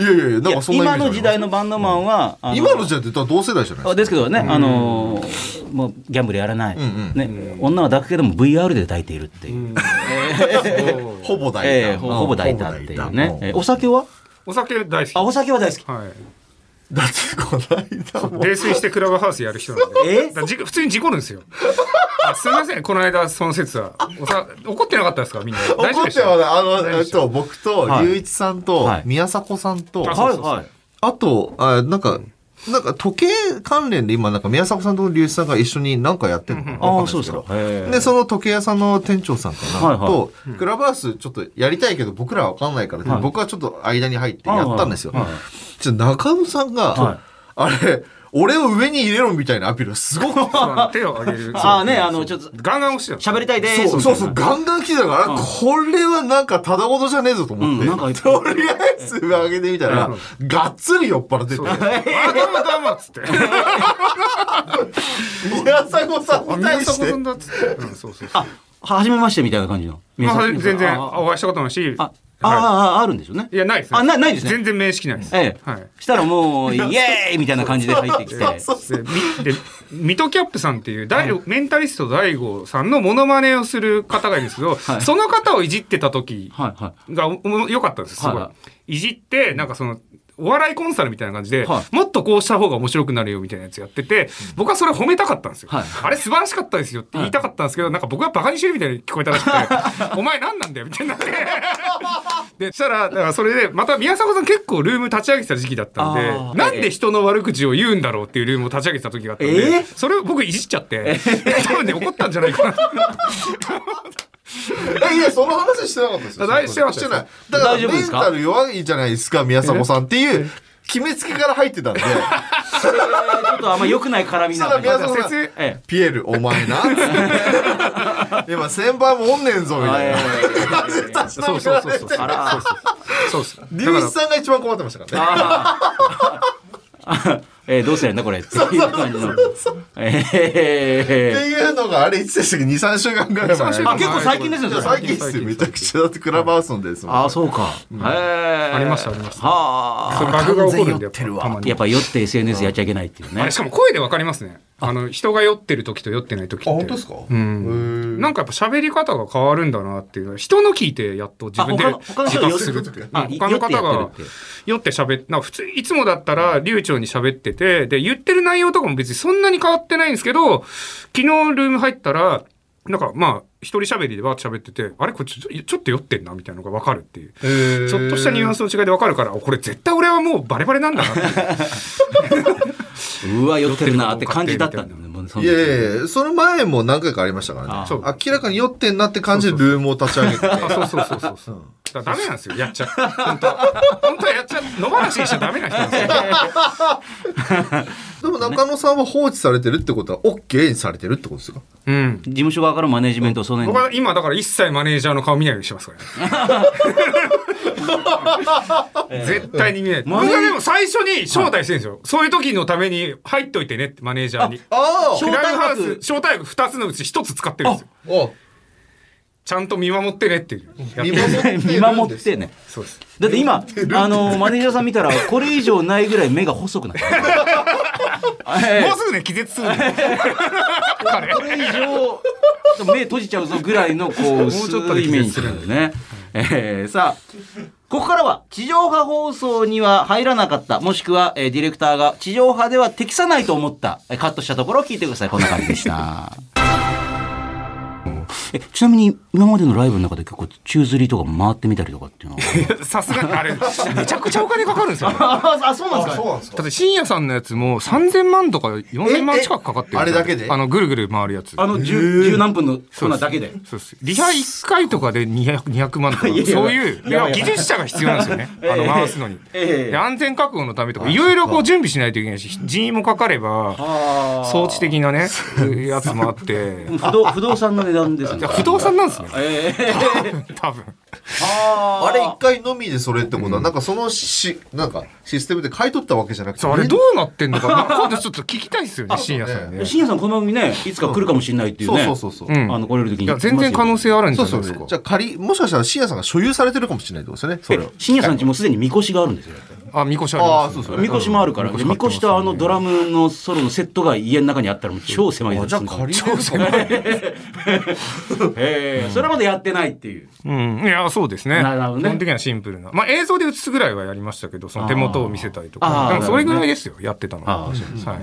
S2: やいやいや、なんかそん
S3: 今
S2: なイメージあります
S3: の時代のバンドマンは、あ
S2: 今の時代って同世代じゃない
S3: あ
S2: で
S3: ですけどね、あのーもうギャンブルやらない、
S2: ん
S3: ね、女は抱くけども VR で抱いているっていう、
S2: すか。ほぼ大
S3: ええほほぼ抱いたっていうね、えお酒は
S4: お酒大
S3: あお
S4: 好き。
S3: 酒は
S2: *laughs*
S3: 大好き
S4: はい。
S2: だって、この間も。
S4: 泥酔してクラブハウスやる人なんで。
S3: え
S4: だからじ普通に事故るんですよ。あすみません、この間、その説は。おさ怒ってなかったですか、みんな。大丈夫
S2: 怒
S4: で
S2: っ
S4: してた
S2: はないあの、
S4: 大丈夫
S2: え
S4: で
S2: っ
S4: した
S2: と、僕と、
S3: はい
S2: 隆一さんと、
S3: はい
S2: 宮迫さんと、
S4: あ
S2: あ
S4: そう
S3: は
S4: そ
S3: いう
S4: そう
S3: はい
S2: と、あなんか、なんか時計関連で今、なんか宮迫さんと隆一さんが一緒になんかやってるのかな
S3: あ
S2: わ
S3: あ
S2: かん
S3: そ
S2: な
S3: う
S2: い
S3: です
S2: けど
S3: かへえ
S2: で、その時計屋さんの店長さんかな、
S3: はいはい
S2: と、クラブハウスちょっとやりたいけど僕らはわかんないから、
S3: はい
S2: 僕はちょっと間に入ってやったんですよ。
S3: はいはい
S2: ちょっと中野さんが、
S3: はい
S2: あれ、俺を上に入れろみたいなアピールがすご
S3: *laughs*
S2: く
S4: そうなの手を挙 *laughs* げる。
S3: ああねあのちょっと
S4: ガンガン押してた。
S3: 喋りたいでーす
S2: そうそうそう、ガンガン来てたから、これはなんかただごとじゃねえぞと思って、
S3: うんなんか
S2: とりあえず上げてみたら、がっつり酔っ払ってて、
S4: あ、どうもどうもっつ *laughs* って。
S2: 宮迫さんに
S4: あ、宮迫
S2: 対し
S4: さ
S2: て
S4: ん、だっつって。うん、そうそうそう。
S3: はじめましてみたいな感じの
S4: まあ、全然、
S3: あ
S4: お会いしたことないし。
S3: ああ
S4: は
S3: ああるんですよね
S4: いいや、ないですね。
S3: あなないですね
S4: 全然面識ないです。
S3: ええ、
S4: はい。
S3: したらもうイエーイみたいな感じで入ってきて
S2: *laughs* そうそう
S4: でみでミトキャップさんっていう大メンタリスト大悟さんのモノマネをする方がいるんですけど、
S3: い
S4: その方をいじってた時
S3: はいはい
S4: がおお良かったんですすごい,、、
S3: はいはい
S4: じってなんかそのお笑いコンサルみたいな感じで、
S3: は
S4: もっとこうした方が面白くなるよみたいなやつやってて、僕はそれ褒めたかったんですよ、
S3: はい
S4: あれ素晴らしかったですよって言いたかったんですけど、なんか僕はバカにしてるみたいに聞こえたらしくて
S3: *laughs*
S4: お前何なんだよみたいになってでそしたらだからそれでまた宮迫さん結構ルーム立ち上げてた時期だった
S3: あ
S4: ん
S3: ー
S4: でなんで人の悪口を言うんだろうっていうルームを立ち上げてた時があったんで、
S3: えー
S4: それを僕いじっちゃって、多分ね怒ったんじゃないかな
S2: えいや、その話してなかったですよ。
S4: あしてました
S2: してない。だから、
S3: 大丈夫で
S2: メン
S3: すか
S2: タル弱いじゃないですか、宮迫さんっていう、決めつけから入ってたんで、 *laughs*
S3: えーちょっとあんま良くない絡み
S2: そし
S3: な
S2: たら
S3: んで
S2: 宮迫さ
S3: *laughs*
S2: ん
S4: 説、
S3: え
S2: ピエール、お前
S4: *laughs*
S2: な、今、先輩もおんねんぞ、み
S3: え
S2: たいな。 *laughs*
S3: あ
S4: そうそうそうそう。
S3: ら
S4: そうそうそうそう。
S2: 龍一さんが一番困ってましたからね。
S3: ー *laughs* えーどうすりゃいいんだこれっていう感じのえ
S2: っていうのがあれいつでしたっけ23週間ぐらい前
S4: 23週
S3: ー
S4: 間
S3: あ結構最近ですよそれ
S2: 最近っすよめちゃくちゃだってクラブハウスのですもん
S3: ああそうかへえ
S4: ありましたありました
S3: はあ
S4: バグが起こるんでやっぱたまに
S3: やっぱ酔って SNS やっちゃいけないっていう
S4: あ
S3: ね
S4: れしかも声でわかりますねあの人が酔ってる時と酔ってない時って
S2: あ本当ですか
S4: うんなんかやっぱ喋り方が変わるんだなっていう人の聞いてやっと自分で
S3: あ他の他の人
S4: 自
S3: が
S4: 覚するってい
S2: 酔
S4: う
S3: あ
S4: うん他の方
S3: 酔
S4: が
S3: ってやってるって
S4: 酔って喋ってなんか普通いつもだったら流暢に喋っててで言ってる内容とかも別にそんなに変わってないんですけど昨日ルーム入ったらなんかまあ一人喋りでわーって喋っててあれこれちょちょっと酔ってんなみたいなのがわかるっていうちょっとしたニュアンスの違いでわかるからあこれ絶対俺はもうバレバレなんだなっていう
S3: うわ酔ってるなって感じだったんだよねもうその
S2: い
S3: 時
S2: やいやいやその前も何回かありましたから
S3: あ
S2: ね
S4: そう
S2: 明らかに酔ってんなって感じでルームを立ち上げて
S4: あそうそうそうそうそう。だからダメなんですよ、やっちゃ。本当は本当はやっちゃ、野放しにしちゃダメな人なんですよ。
S2: でも中野さんは放置されてるってことは OK にされてるってことですか
S4: うん。
S3: 事務所側からマネジメントをその
S4: 僕は今だから一切マネージャーの顔見ないようにしてますからね。絶対に見ない。僕はでも最初に招待してるんですよ。そういう時のために入っといてねってマネージャーに。
S2: あ
S4: クラブハウス
S3: 招待枠
S4: 招待枠2つのうち1つ使ってるんですよ。
S2: あ
S4: ちゃんと見守ってねっていう。やって
S2: 見守ってるんです
S3: *laughs* 見守ってね
S4: そうです。
S3: だって今、あのマネージャーさん見たら、これ以上ないぐらい目が細く
S4: *laughs*
S3: なってる。え
S4: も
S3: え
S4: うすぐね、気絶するの彼
S3: これ以上、目閉じちゃうぞぐらいの、こう、
S4: もう
S3: 薄
S4: ちょっとで
S3: いイメージなんだよね。ええさあ、ここからは、地上波放送には入らなかった、もしくは、えーディレクターが地上波では適さないと思った、えーカットしたところを聞いてください。こんな感じでした。えちなみに、今までのライブの中で結構宙吊りとか回ってみたりとかっていうのは
S4: さすがにあれめちゃくちゃお金かかるんですよねだ
S1: *laughs* あ、そうなんですか。
S2: なんです
S4: って深夜さんのやつも3000万とか4000万近くかかってるん
S2: ええあれだけ
S4: です
S2: で
S4: よあのぐるぐる回るやつ
S3: あの十十何分のコーナーだけで
S4: そうですリハ1回とかで 200, 200万とかそう *laughs* いういや技術者が必要なんですよ *laughs* ねあの回すのに、
S3: ええ
S4: で安全確保のためとかいろいろこう準備しないといけないし人員もかかれば装置的な *laughs* ねやつもあって
S3: 不動不動産の値段です
S4: いや
S3: ね
S4: 不動産なんですね
S3: ええ
S4: *laughs* 多分
S2: あれ一回のみでそれってことは、なんかそのし、なんかシステムで買い取ったわけじゃなくて、
S4: そうあれどうなってんの *laughs* かな今度ちょっと聞きたいですよね深夜さんね
S3: 深夜さんこの番組ねいつか来るかもしれないっていう
S2: そう
S3: ね
S2: そうそうそう。
S4: うん
S3: あの来れる時に
S4: いや全然可能性あるんじ
S2: そう
S4: ゃない
S2: そう
S4: です
S2: ね
S4: か。
S2: じゃあ仮、もしかしたら深夜さんが所有されてるかもしれないってことですよね、それを。
S3: 深夜さんちもうすでにみこしがあるんですよ
S4: あみこしあり
S2: あ
S4: ま
S2: あ、
S4: す
S2: そう
S4: ね
S2: そう、
S3: みこしもあるから
S4: うん
S3: でみこしとあのドラムのソロのセットが家の中にあったらもう超狭い
S2: あ
S3: です
S2: じゃあ借りれるか
S3: ええそれまでやってないっていう
S4: うん、いや、そうですね。
S3: なるほどね
S4: 基本的にはシンプルな。まあ、映像で映すぐらいはやりましたけど、その手元を見せたりと
S3: あー
S4: か。でもそれぐ
S3: なるほ
S4: ら
S3: ど
S4: いですよ、やってたのは。
S3: あーそう
S4: はい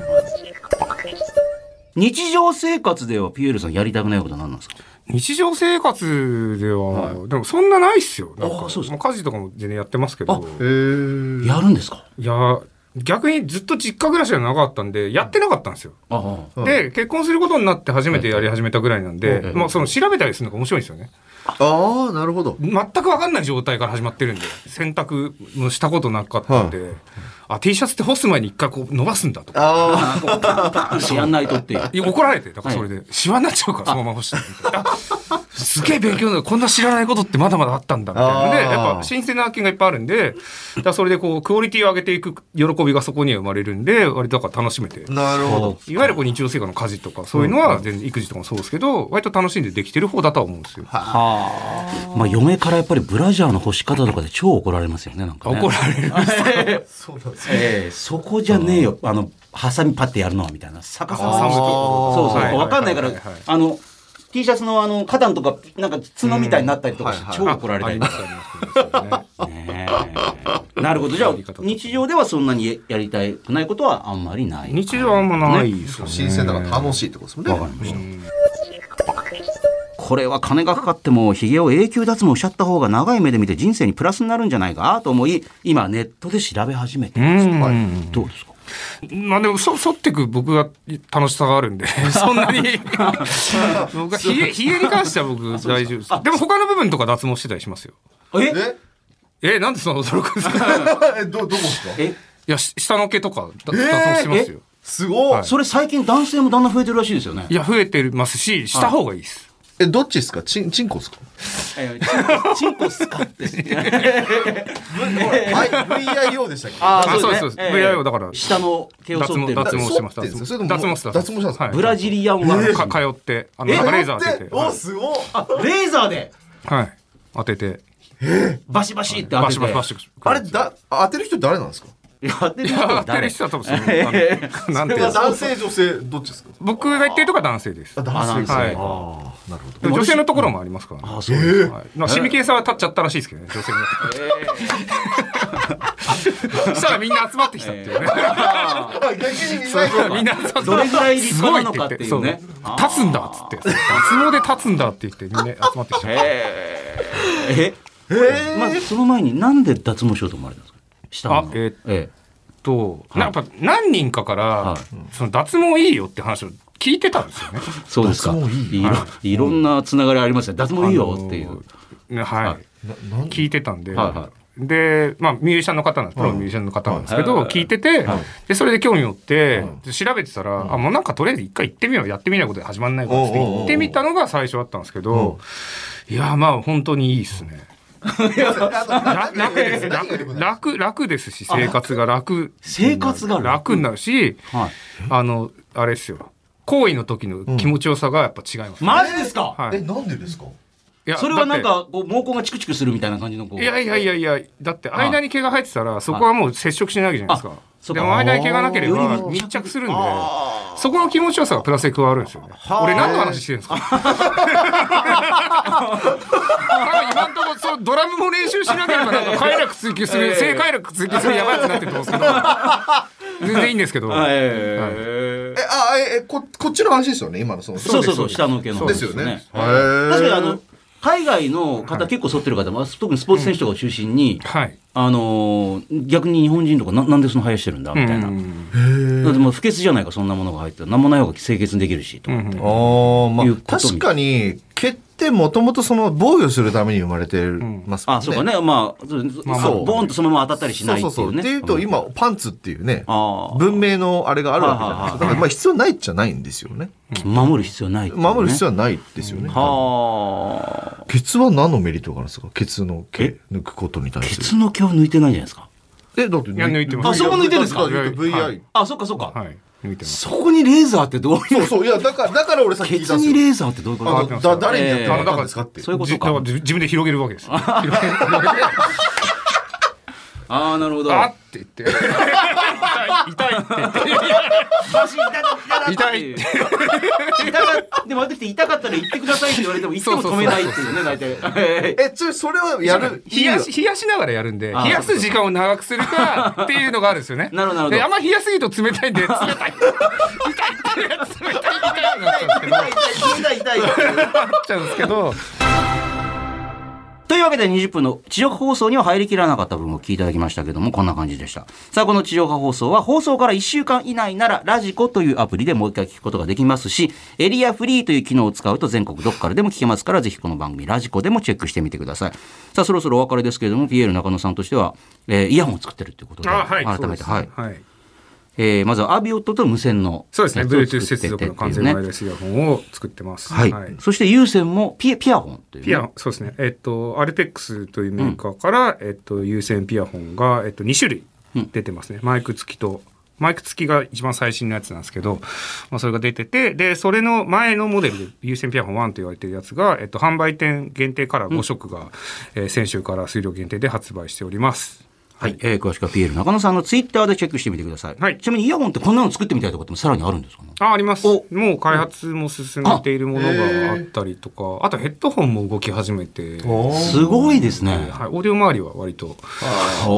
S3: 日常生活ではピエールさんやりたくないことは何なんですか
S4: 日常生活では、でもそんなないっすよ。な
S3: あ
S4: んか、も
S3: ー
S4: う
S3: そうです
S4: 家事とかも全然やってますけど。
S2: へー
S3: やるんですか
S4: いや、逆にずっと実家暮らしがなかったんで、やってなかったんですよ。
S3: ああ
S2: うん
S4: で、結婚することになって初めてやり始めたぐらいなんで、まあ、その調べたりするのが面白いんですよね。
S2: ああ、なるほ
S4: *laughs*
S2: ど。
S4: 全く分かんない状態から始まってるんで洗濯もしたことなかったんで、あ T シャツって干す前に一回こう伸ばすんだとか
S2: あ
S3: やんないとっていう。
S4: いや怒られてだからそれで、シワになっちゃうからそのまま干したらみたいなあすげえ勉強になるこんな知らないことってまだまだあったんだみたいなので
S2: あー
S4: やっぱ新鮮な発見がいっぱいあるんでだからそれでこうクオリティを上げていく喜びがそこには生まれるんで割とだから楽しめて
S2: あ、。なるほど。
S4: いわゆるこう日常生活の家事とかそういうのは全然育児とかもそうですけど割と楽しんでできてる方だとは思うんですよ。
S3: ま *laughs* あ嫁からやっぱりブラジャーの干し方とかで超怒られますよね、なんか、ね。
S4: 怒られる。
S3: ええそこじゃねえよ。あの、ハサミパッてやるのは、みたいな。逆さまにして。
S4: あー
S3: そうそう。
S4: はいはいはいはい
S3: わかんないから、あの、T シャツのあの、肩のとか、なんか角みたいになったりとかして、超怒られたりとか。ねえなるほど。じゃあ、日常ではそんなにやりたくないことはあんまりない。
S4: 日常はあんまないですよね。
S2: 新鮮だから楽しいってことですもんね。
S3: これは金がかかってもひげを永久脱毛しちゃった方が長い目で見て人生にプラスになるんじゃないかと思い今ネットで調べ始めてるんです、
S4: うん
S3: どうですか
S4: まあでも、そ、剃ってく僕が楽しさがあるんで、そんなに。僕は、ひげ、ひげに関しては僕大丈夫です。でも他の部分とか脱毛してたりしますよ。
S3: え
S2: え *laughs*
S4: え、なんでそんな驚くんですか
S2: え、ど、どこですか
S3: え
S4: いや、し下の毛とかだ脱
S2: えー
S4: 毛しますよ。
S2: すごい
S3: それ最近男性もだんだん増えてるらしいですよね
S4: いや、増えてますし、した方がいいです。
S2: え、どっちですかちん、ちんこですか
S3: えーチンコチンコ使
S4: *laughs*
S3: って
S2: はい、VIO でしたっけ
S3: あ
S4: あそうですそうです VIO だから
S3: 下の毛を剃ってる
S4: 脱毛してました。
S2: 剃ってんですかそれとも
S4: 脱毛してた。
S2: 脱毛したんですか
S4: はい
S3: ブラジリアンワール
S4: か
S3: ド
S4: 通って、あの、なんかレーザー当てて。
S2: お、
S4: は
S2: すごい
S1: あレーザーで。
S4: いはい。当てて。
S3: バシバシって当
S4: バ
S3: て
S4: シ
S3: て
S4: バシバシ。
S2: あれ、だ、当てる人誰なんですか
S3: やってる人
S4: 当
S3: は
S4: てる
S3: 誰
S4: 人は多分その、あのなんていうの
S2: 男性、女性、どっちですか
S4: 僕が言ってるとこは男性です。
S3: あなん
S2: 男
S3: です
S2: 性。
S3: ね
S4: はい
S2: ああ、なるほど。
S4: でも女性のところもありますからね。
S3: あそうです
S4: はいまあ、シミケンさんは立っちゃったらしいですけどね、女性に。 *laughs* そしたらみんな集まってきたっていうね。
S2: あ *laughs* 逆に見ない
S4: みんな集まって
S3: どれぐらい立派なのかっていうね
S4: すごいって言ってそう立つんだっつって。脱毛で立つんだって言ってみんな集まってきちゃった。
S3: えまずその前になんで脱毛しようと思われたんですか下の
S4: あえー
S3: え
S4: と、なんかやっぱ何人かから、その脱毛いいよって話を聞いてたんですよね。
S3: そうですか。いろいろんなつながりありますね。脱毛いいよっていう。
S4: あの。はい。聞いてたんで。
S3: はいは
S4: で、まあ、ミュージシャンの方なんです。プロのミュージシャンの方なんですけど、聞いてて、で、それで興味持って、で調べてたら、あ、もうなんかとりあえず一回行ってみよう。やってみないことで始まんないからっつって
S2: おうおうおう
S4: 行ってみたのが最初だったんですけど、いや、まあ、本当にいいですね。ら楽です。楽、楽、楽ですし、生活が楽。
S3: 生活が楽。
S4: 楽になるし、
S3: はい。
S4: あの、あれですよ。行為の時の気持ちよさがやっぱ違います。
S1: マジですか。
S4: は
S2: え、
S4: い。
S2: なんでですか
S4: いや
S3: それはなん
S4: だって
S3: かこう毛根がチクチクするみたいな感じのこう。
S4: いやいやいやいや、だって間に毛が生えてたら、そこはもう接触しないわけじゃないです
S3: あそうか
S4: か。でも間に毛がなければ
S3: より
S4: 密着するんで、そこの気持ちよさがプラスで加わるんですよね。俺何の話してるんですか *laughs* なんか今んとこそうドラムも練習しなければなんか快楽追求する、性快楽追求するやばいやつになってると思うんですけど、全然いいんですけど。
S3: はい。
S2: え、あ、え、えこ、こっちの話ですよね今のその。
S3: そうそうそう下の毛の。
S2: ですよね。
S3: 確
S2: へ
S3: かにあ
S2: ー
S3: の。海外の方結構剃ってる方も、特にスポーツ選手とかを中心に、
S4: はい。
S3: あのー逆に日本人とかななんでその生やしてるんだみたいな、
S4: うん
S3: だってもう不潔じゃないかそんなものが入ってたらなんもない方が清潔にできるしと思って、
S4: う
S2: あ
S4: ん
S2: ーま
S3: い
S2: あ
S3: う、こと
S2: 確かに毛ってもともとその防御するために生まれてますもんね。
S3: あそうかねまあそう
S4: まあ
S3: そうボーンとそのまま当たったりしないっていうね
S2: そうそうそう。でいうと今パンツっていうね
S3: あー
S2: 文明のあれがあるわけじゃない
S3: はいはい
S2: ですか。
S3: はい
S2: だからまあ必要ないじゃないんですよね。
S3: 守る必要ないっていうね、
S2: 守る必要はないですよね。
S3: はあ
S2: ケツは何のメリットがあるんですかケツの毛
S3: え
S2: 抜くことに対
S3: ケ
S2: す
S3: ツ
S2: る。
S3: の毛を抜いてないじゃないですか
S2: え、だって
S4: いや抜いてます
S3: あそこ抜いてるんですか
S2: だってだって
S4: は
S2: VI
S4: い。
S3: あそっかそっか、
S4: はい。見てます。
S3: そこにレーザーってどうい
S2: そううそう。いや、だから、だから俺さっき
S3: ケ
S2: 言った
S3: ツ
S2: んです
S3: に
S2: よ。
S3: レーザーってどういうこと
S2: あ
S3: か
S2: のだ誰にやってもらったんですかって。
S3: そういうこと
S4: じだ
S3: から
S4: じ自分で広げるわけ
S3: *laughs*
S4: ですよ。
S3: ああなるほど
S4: あって言って。痛い痛いって言って。痛いって。
S3: 痛かっでも私って痛かったら言ってくださいって言われても言っても止めないっていうね大体 *laughs*
S2: え、それ、それはやる。
S4: 冷やし、冷やしながらやるんで、冷
S3: あ
S4: やす時間を長くする
S3: *laughs*
S4: かっていうのがあるんですよね。
S3: なるほどなるほど
S4: であんま冷やすぎると冷
S3: *laughs*
S4: たいんで、冷たい。痛い痛い冷たい痛いなっちゃうんですけど、な
S1: 痛い
S4: っ
S1: 痛い痛い痛い
S4: ちゃうんですけど、
S3: というわけで20分の地上波放送には入りきらなかった部分を聞いていただきましたけどもこんな感じでしたさあこの地上波放送は放送から1週間以内ならラジコというアプリでもう一回聞くことができますしエリアフリーという機能を使うと全国どこからでも聞けますからぜひこの番組ラジコでもチェックしてみてくださいさあそろそろお別れですけれども PL 中野さんとしては、えーイヤホンを作ってるということで
S4: あはい
S3: 改めてはい、
S4: はい。
S3: えーまずはアビオットと無線の
S4: そうですね、
S3: やつを
S4: Bluetooth
S3: 作って
S4: 接続
S3: てっ
S4: の
S3: てい
S4: 完
S3: う
S4: 全
S3: ね
S4: ワイヤレスイヤホンを作ってます。
S3: はい、そして有線もピピアホンというね、
S4: ピア、そうですね。えっと、アルペックスというメーカーから、えっと、有線ピアホンが、えっと、2種類出てますね。マイク付きと、マイク付きが一番最新のやつなんですけど、まあ、それが出てて、で、それの前のモデルで、有線ピアホン1と言われてるやつが、えっと、販売店限定から5色が、えー先週から数量限定で発売しております。
S3: はい、えー詳しくは PL 中野さんのツイッターでチェックしてみてください、
S4: はい
S3: ちなみにイヤホンってこんなの作ってみたいとかってもさらにあるんですかね
S4: あ、あります
S3: お。
S4: もう開発も進めているものがあったりとか、あとヘッドホンも動き始めて、はい、
S3: すごいですね、
S4: オーディオ周りは割と作ってい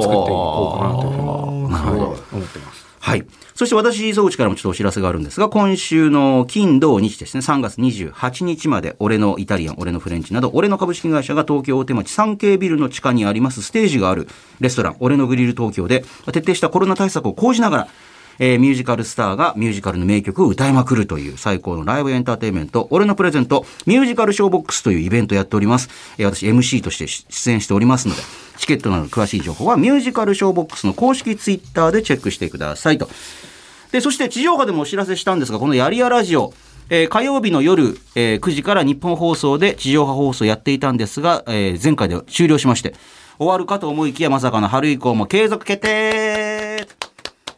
S4: こうかなというふうに思ってます。
S3: はい。そして私、磯口からもちょっとお知らせがあるんですが、今週の金、土、日ですね、3月28日まで、俺のイタリアン、俺のフレンチなど、俺の株式会社が東京大手町 3K ビルの地下にありますステージがあるレストラン、俺のグリル東京で、徹底したコロナ対策を講じながら、えーミュージカルスターがミュージカルの名曲を歌いまくるという最高のライブエンターテインメント、俺のプレゼント、ミュージカルショーボックスというイベントをやっております。えー私 MC として出演しておりますので、チケットなどの詳しい情報はミュージカルショーボックスの公式ツイッターでチェックしてくださいと。で、そして地上波でもお知らせしたんですが、このやりやラジオ、えー火曜日の夜、えー9時から日本放送で地上波放送やっていたんですが、えー前回で終了しまして、終わるかと思いきやまさかの春以降も継続決定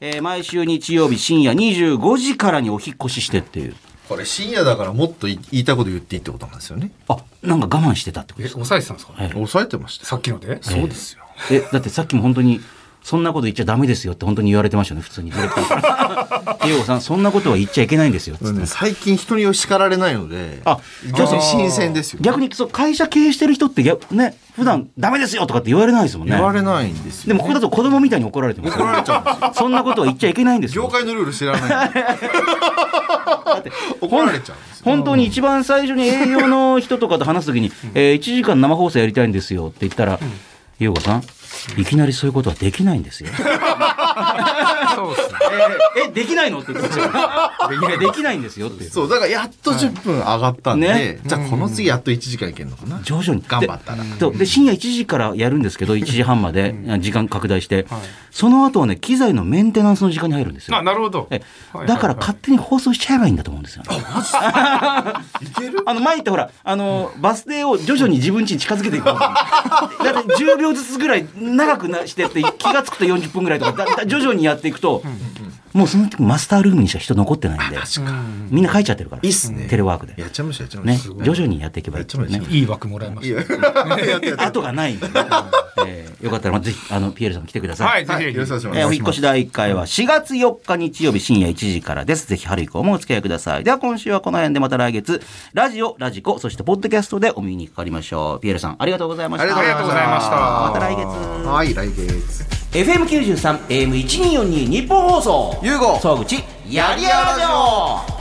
S3: えー毎週日曜日深夜25時からにお引っ越ししてっていう。
S2: これ深夜だからもっと言いたいこと言っていいってことなんですよね。
S3: あ、なんか我慢してたってこと
S4: え、
S3: ですか
S4: 抑えてたんですか、
S3: はい
S2: 抑えてましたよ。
S4: さっきので
S2: そうですよ。
S3: え、だってさっきも本当に、そんなこと言っちゃダメですよって本当に言われてましたね、普通に。ディオさん、そんなことは言っちゃいけないんですよ、つって。
S2: 最近人に叱られないので、
S3: あ
S2: 逆に新鮮ですよ。
S3: 逆にそう会社経営してる人って逆ね普段ダメですよとかって言われないですもんね
S2: 言われないんです
S3: で
S2: よ。
S3: もここだと子供みたいに怒られてます
S2: 怒られちゃうんですよ。
S3: そんなことは言っちゃいけないんですよ
S2: *laughs* 業界のルール知ら *laughs* ないんで。怒られちゃうんですよ。
S3: 本当に一番最初に営業の人とかと話すときに、えー、1時間生放送やりたいんですよって言ったら、優子さん、いきなりそういうことはできないんです
S2: *laughs*
S3: よ。
S4: そうですね。
S3: ええ、できないのって言ってました
S2: *laughs*
S3: よ。いや、できないんですよって。
S2: そう、だからやっと10分上がったん
S3: ね
S2: で、じゃあこの次やっと1時間いけるのかな。
S3: 徐々に
S2: 頑張ったら
S3: でとで深夜1時からやるんですけど1時半まで時間拡大して、
S4: はい
S3: その後はね機材のメンテナンスの時間に入るんですよ
S4: あ、なるほど。
S3: え
S4: はい
S3: だから勝手に放送しちゃえばいいんだと思うんですよ、ね。 *laughs* あの前行ってほら、あのバス停を徐々に自分家に近づけていく。だって10秒ずつぐらい長くなしてって気がつくと40分ぐらいとかだだ徐々にやっていくと、もうその時マスタールームにした人残ってないんで、みんな帰っちゃってるから。
S2: いいっすね
S3: テレワークで。
S2: やっちゃいました、やっちゃいま
S3: ね
S2: した。、
S3: 徐々にやっていけばいい
S2: や
S3: っ
S2: っ
S3: てい
S2: ちゃいうました
S3: ね
S2: やっちゃいま。した。
S4: いい枠もらいました。
S3: 後がないんで
S4: *laughs*
S3: ね、えーよかったらまあぜひあのピエールさん来てください。
S4: はい、ぜ
S2: は
S4: ひ
S2: い、よ
S4: ぜ
S2: ろ
S4: ひ
S2: しくお願いします。
S3: えーお引っ越し第1回は4月4日日曜日深夜1時からです。ぜひ春以降もお付き合いください。では今週はこの辺でまた来月、ラジオ、ラジコ、そしてポッドキャストでお見にかかりましょう。ピエールさん、ありがとうございました。
S4: ありがとうございました。
S3: また来月。
S2: はい、来月。
S3: FM93、AM1242 日本放送。
S2: ゆうご
S3: 沢口、やりやらじょう